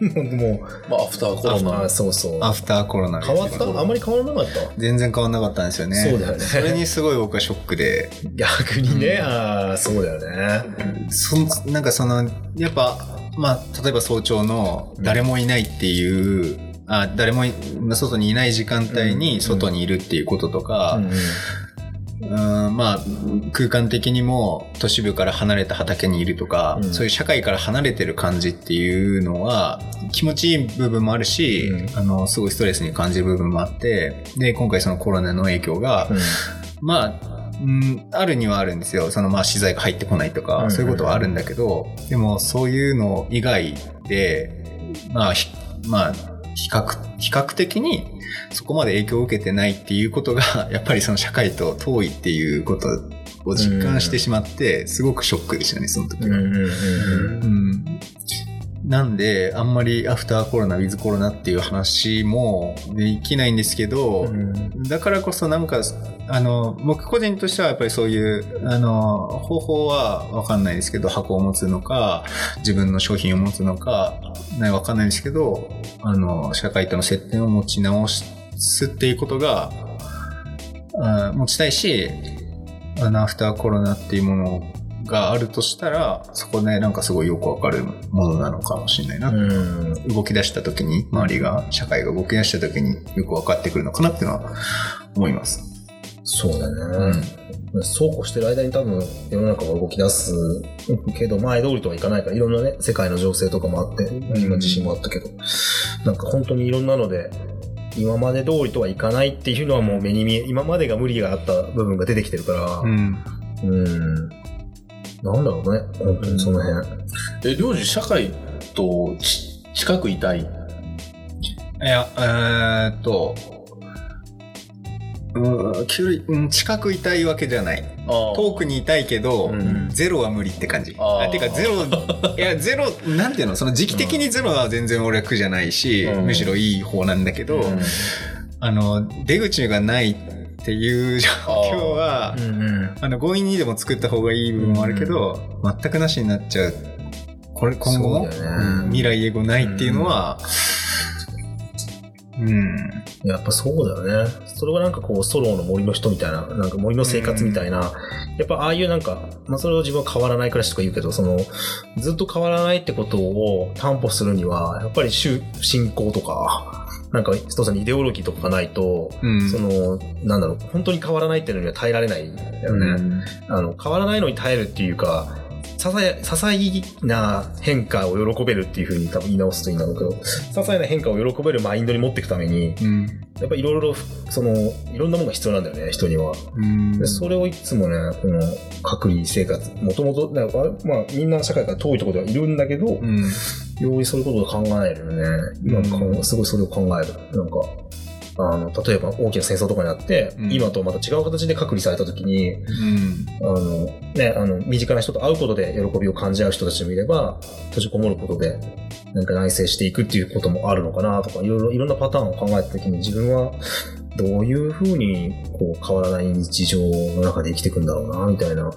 Speaker 2: も
Speaker 3: まあ、アフターコロ
Speaker 2: う、あ
Speaker 3: ナ。
Speaker 2: そうそう。
Speaker 1: アフターコロナです
Speaker 2: 変わったあんまり変わらなかった、
Speaker 1: 全然変わんなかったんですよね。
Speaker 2: そうだよ
Speaker 1: それ
Speaker 2: ね。
Speaker 1: にすごい僕はショックで、
Speaker 2: 逆にね、ああ、そうだよね。
Speaker 1: そんなんかその、やっぱ、まあ、例えば早朝の誰もいないっていう、あ誰もい外にいない時間帯に外にいるっていうこととか、
Speaker 2: うんうん
Speaker 1: うんまあ、空間的にも都市部から離れた畑にいるとか、
Speaker 2: うん
Speaker 1: そういう社会から離れてる感じっていうのは気持ちいい部分もあるし、
Speaker 2: う
Speaker 1: あのすごいストレスに感じる部分もあってで今回そのコロナの影響が、まあ、うん、あるにはあるんですよ。そのまあ資材が入ってこないと
Speaker 2: うんうんう
Speaker 1: か、
Speaker 2: ん
Speaker 1: そういうことはあるんだけど、でもそういうの以外で、まあ、ひまあ、比較、比較的にそこまで影響を受けてないっていうことが、 やっぱりその社会と遠いっていうことを実感してしまって、すごくショックでしたね、その時は。うんなんで、あんまりアフターコロナ、ウィズコロナっていう話もできないんですけど、だからこそなんか、あの、僕個人としてはやっぱりそういう、あの、方法はわかんないですけど、箱を持つのか、自分の商品を持つのか、ねわかんないですけど、あの、社会との接点を持ち直すっていうことが、あ持ちたいし、あの、アフターコロナっていうものがあるとしたら、そこでなんかすごいよくわかるものなのかもしれないなって動き出した時に周りが社会が動き出した時によく分かってくるのかなっていうのは思います。
Speaker 2: そうだね。そうこうしてる間に多分世の中が動き出すけど、前通りとはいかないから、いろんなね、世界の情勢とかもあって、今自信もあったけど、なんか本当にいろんなので、今まで通りとはいかないっていうのはもう目に見え、今までが無理があった部分が出てきてるから、
Speaker 1: ん、
Speaker 2: うん。なんだろうね、本当にその辺。
Speaker 3: え、領事、社会とち近くいたい。
Speaker 1: いやえー、っとうん距離うん近くいたいわけじゃない遠
Speaker 3: 遠
Speaker 1: くにいたいけど、
Speaker 3: うん
Speaker 1: ゼロは無理って感じ
Speaker 3: あー
Speaker 1: あてかゼロいやゼロなんていうのその時期的にゼロは全然俺は苦じゃないし、
Speaker 3: うん
Speaker 1: むしろいい方なんだけど、
Speaker 3: うん
Speaker 1: あの出口がないっていう状況は
Speaker 2: うん。
Speaker 1: あの強引にでも作った方がいい部分もあるけど、全くなしになっちゃうこれ今後も、
Speaker 2: そうだよね
Speaker 1: うん未来永劫ないっていうのはうん、
Speaker 2: やっぱそうだよね。それがなんかこう、ソロの森の人みたいな、なんか森の生活みたいな、やっぱああいうなんか、まあそれを自分は変わらない暮らしとか言うけど、その、ずっと変わらないってことを担保するには、やっぱり宗信仰とか、なんか、一つのイデオロギーとかがないと、
Speaker 1: うん
Speaker 2: その、なんだろう、本当に変わらないっていうのには耐えられないんだよね。あの、変わらないのに耐えるっていうか、ささや、些細な変化を喜べるっていうふうに多分言い直すといいんだろうけど、些細な変化を喜べるマインドに持っていくために、
Speaker 1: うん
Speaker 2: やっぱいろいろ、その、いろんなものが必要なんだよね、人には。
Speaker 1: うん
Speaker 2: でそれをいつもね、この隔離生活、もともと、だからまあ、みんな社会から遠いところではいるんだけど、
Speaker 1: うん
Speaker 2: よりそういうことを考えるよね。今
Speaker 1: う
Speaker 2: も
Speaker 1: ん
Speaker 2: すごいそれを考える。なんか、あの、例えば大きな戦争とかになって、
Speaker 1: うん
Speaker 2: 今とまた違う形で隔離された時に、
Speaker 1: うん
Speaker 2: あの、ね、あの、身近な人と会うことで喜びを感じ合う人たちもいれば、閉じこもることで、なんか内省していくっていうこともあるのかなとか、いろいろ、いろんなパターンを考えたときに、自分は、どういうふうに、こう、変わらない日常の中で生きていくんだろうな、みたいな。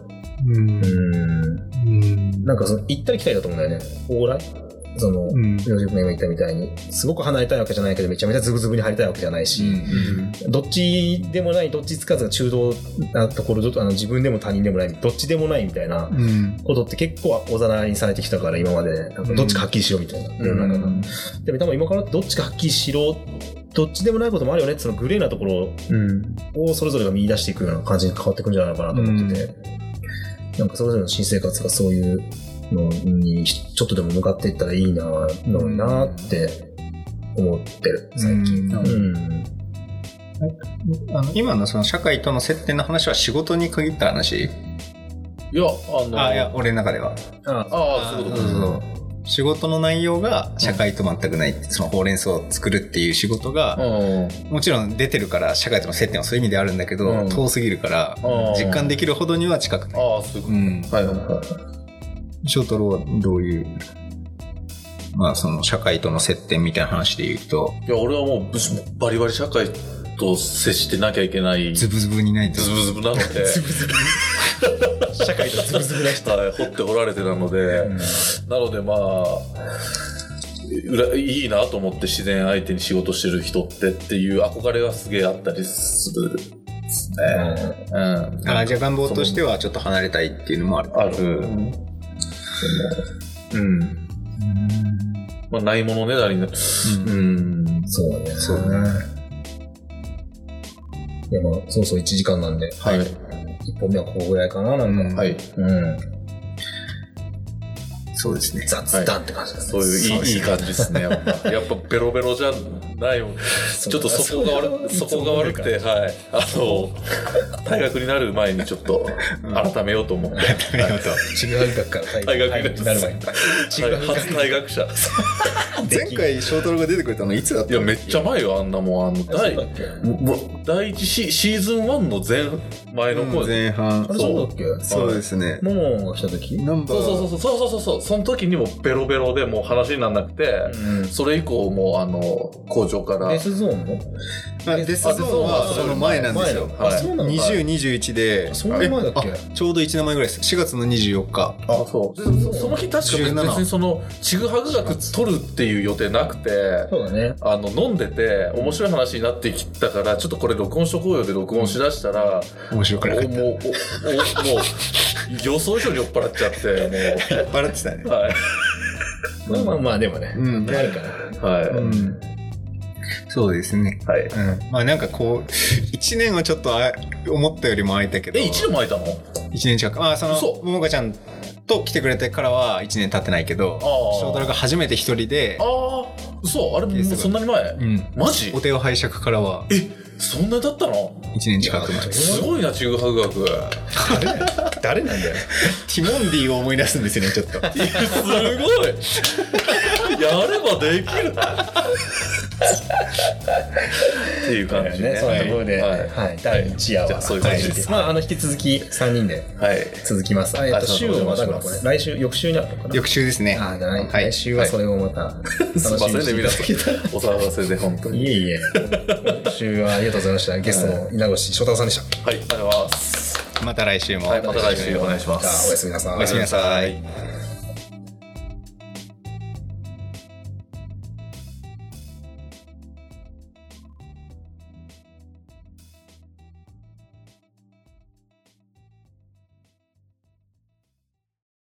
Speaker 1: うん
Speaker 2: うん。
Speaker 1: うん
Speaker 2: なんかその、行ったり来たりだと思うんだよね。往来その、
Speaker 1: うん
Speaker 2: 両塾の今言ったみたいに、すごく離れたいわけじゃないけど、めちゃめちゃズブズブに入りたいわけじゃないし、どっちでもない、どっちつかずが中道なところ、どあの自分でも他人でもない、どっちでもないみたいな
Speaker 1: うん
Speaker 2: ことって結構おざなりにされてきたから、今まで。なんかどっちかはっきりしろみたいな。世の中がでも多分今からどっちかはっきりしろ、どっちでもないこともあるよねって、そのグレーなところ
Speaker 1: うん
Speaker 2: をそれぞれが見出していくような感じに変わっていくんじゃないのかなと思ってて、なんかそれぞれの新生活がそういうのにちょっとでも向かっていったらいいなのになって思ってる、最
Speaker 1: う
Speaker 2: 近。
Speaker 1: んあの今のその社会との接点の話は仕事に限った話
Speaker 3: いや、あの、
Speaker 1: あいや俺の中では
Speaker 2: あ
Speaker 3: ああ、そういうこと
Speaker 1: そうそう仕事の内容が社会と全くない、そのほうれん草を作るっていう仕事が、
Speaker 3: うん
Speaker 1: もちろん出てるから社会との接点はそういう意味であるんだけど、
Speaker 3: うん
Speaker 1: 遠すぎるから
Speaker 3: うん
Speaker 1: 実感できるほどには近くない。
Speaker 3: ああ、そういううこ
Speaker 1: ん
Speaker 3: と。はいはいはい。
Speaker 1: 翔太郎はどういう、まあその社会との接点みたいな話で言うと、
Speaker 3: いや、俺はもうぶし、バリバリ社会と接してなきゃいけない、
Speaker 1: ズ
Speaker 3: ズ
Speaker 1: ブズブにないと。
Speaker 3: ブズブなので、
Speaker 2: 社会とズブズブな人。
Speaker 3: はい掘って掘られてなので、なのでまあ、うらいいなと思って自然相手に仕事してる人ってっていう憧れはすげえあったりするですね。うん。
Speaker 1: あじゃあ願望としてはちょっと離れたいっていうのもある。
Speaker 3: ある。うん。まあ、ないものねだりの。
Speaker 1: うん
Speaker 3: うん。
Speaker 2: そうだね。
Speaker 1: そうね。
Speaker 2: いや、まあ、そうそう1時間なんで、
Speaker 3: はい。
Speaker 2: 1本目はここぐらいかな、なんか。
Speaker 1: うん
Speaker 3: はい。
Speaker 2: うん。
Speaker 1: そうですね。
Speaker 2: 雑談って感じだね。
Speaker 3: そういういいいい感じですね。やっ ぱやっぱベロベロじゃないもん。ちょっとそこが悪く、そこが悪くて、はい。あの、大学になる前にちょっと改めようと思って。
Speaker 1: ありがとう
Speaker 2: ちぐはぐ学から大
Speaker 3: 大
Speaker 2: 学
Speaker 3: 学
Speaker 2: になる前に。ちぐはぐ
Speaker 3: 初退学者。
Speaker 1: 前回翔太郎が出てくれたのいつだっ
Speaker 3: い
Speaker 1: た
Speaker 3: や、
Speaker 1: の
Speaker 3: めっちゃ前よ、あんなもん。あの、
Speaker 2: 学
Speaker 3: 第、第一シシーズン1の前、前の
Speaker 1: うん
Speaker 3: 声
Speaker 1: 前半
Speaker 2: あ。れそうだっけ
Speaker 1: そうですね。
Speaker 2: モモが来た時
Speaker 1: ナンバ
Speaker 3: そうそう
Speaker 1: ー
Speaker 3: そうそうそうそうそう。その時にもベロベロでもう話にならなくて、
Speaker 2: うん。
Speaker 3: それ以降もうあの、工場から。
Speaker 2: デスゾーンの
Speaker 1: あデスゾーンはその前なんですよ。
Speaker 2: 前だあ、
Speaker 3: はい
Speaker 2: そうなのか
Speaker 1: 20、21で、
Speaker 2: そんな前だっけ
Speaker 1: えあちょうど1年前ぐらいです。4月の24日。
Speaker 3: あ、そう。でそその日確か別
Speaker 1: 17
Speaker 3: にその、ちぐはぐ学取るっていう予定なくて、
Speaker 2: そうだね。
Speaker 3: あの、飲んでて、面白い話になってきたから、ちょっとこれ録音しとこうよで録音しだしたら、
Speaker 1: 面白くなか
Speaker 3: お
Speaker 1: った。
Speaker 3: もう、お、お、もう、予想以上に酔っ払っちゃって、
Speaker 1: 笑ってたね
Speaker 3: もう、。はい。
Speaker 2: まあまあまあ、でもね。
Speaker 1: うん
Speaker 2: なるから。
Speaker 3: はい。
Speaker 1: うん。そうですね。
Speaker 3: はい。
Speaker 1: うん。まあなんかこう、1年はちょっとあ思ったよりも空いたけど。
Speaker 3: え、一年も空いたの
Speaker 1: 一年近く。まあ、その、
Speaker 3: 嘘
Speaker 1: ももかちゃんと来てくれてからは1年経ってないけど、
Speaker 3: ああ
Speaker 1: 翔太郎が初めて一人で、
Speaker 3: ああ、嘘あれもうそんなに前、
Speaker 1: うん。
Speaker 3: マジ
Speaker 1: お手を拝借からは
Speaker 3: え、そんなだったの
Speaker 1: 1年近く前。
Speaker 3: すごいな、ちぐはぐ学。
Speaker 2: 誰なんだよ。
Speaker 1: ティモンディを思い出すんですよね、ちょっと。
Speaker 3: いやすごいやればできるっていう感じね。
Speaker 2: ね、そんなところで、
Speaker 3: は
Speaker 2: はいい、
Speaker 3: は
Speaker 2: 第一夜
Speaker 3: じゃ
Speaker 2: は、
Speaker 3: あそういう感じです
Speaker 2: はいまあ、あの、引き続き三人で
Speaker 3: い。はい。
Speaker 2: 続きます。あ、えっと、週をまたぐのこれ、来週、翌週になるのかな。
Speaker 1: 翌週ですね。
Speaker 2: あ、じゃない、
Speaker 1: はい
Speaker 2: 来週はそれをまた、楽
Speaker 3: すいませんね、
Speaker 2: してい
Speaker 3: 皆
Speaker 2: ただ
Speaker 3: さ
Speaker 2: けたら
Speaker 3: ん。お騒がせで、本当に。
Speaker 2: いえいえ、 今週はありがとうございました。ゲストの稲越翔太郎さんでした。
Speaker 3: はい、ありがとうございます。
Speaker 1: また来週も。
Speaker 3: はい、また来週お願いしま
Speaker 2: じゃあ
Speaker 3: す。
Speaker 2: おやすみなさい。
Speaker 1: おやすみなさい。
Speaker 3: い。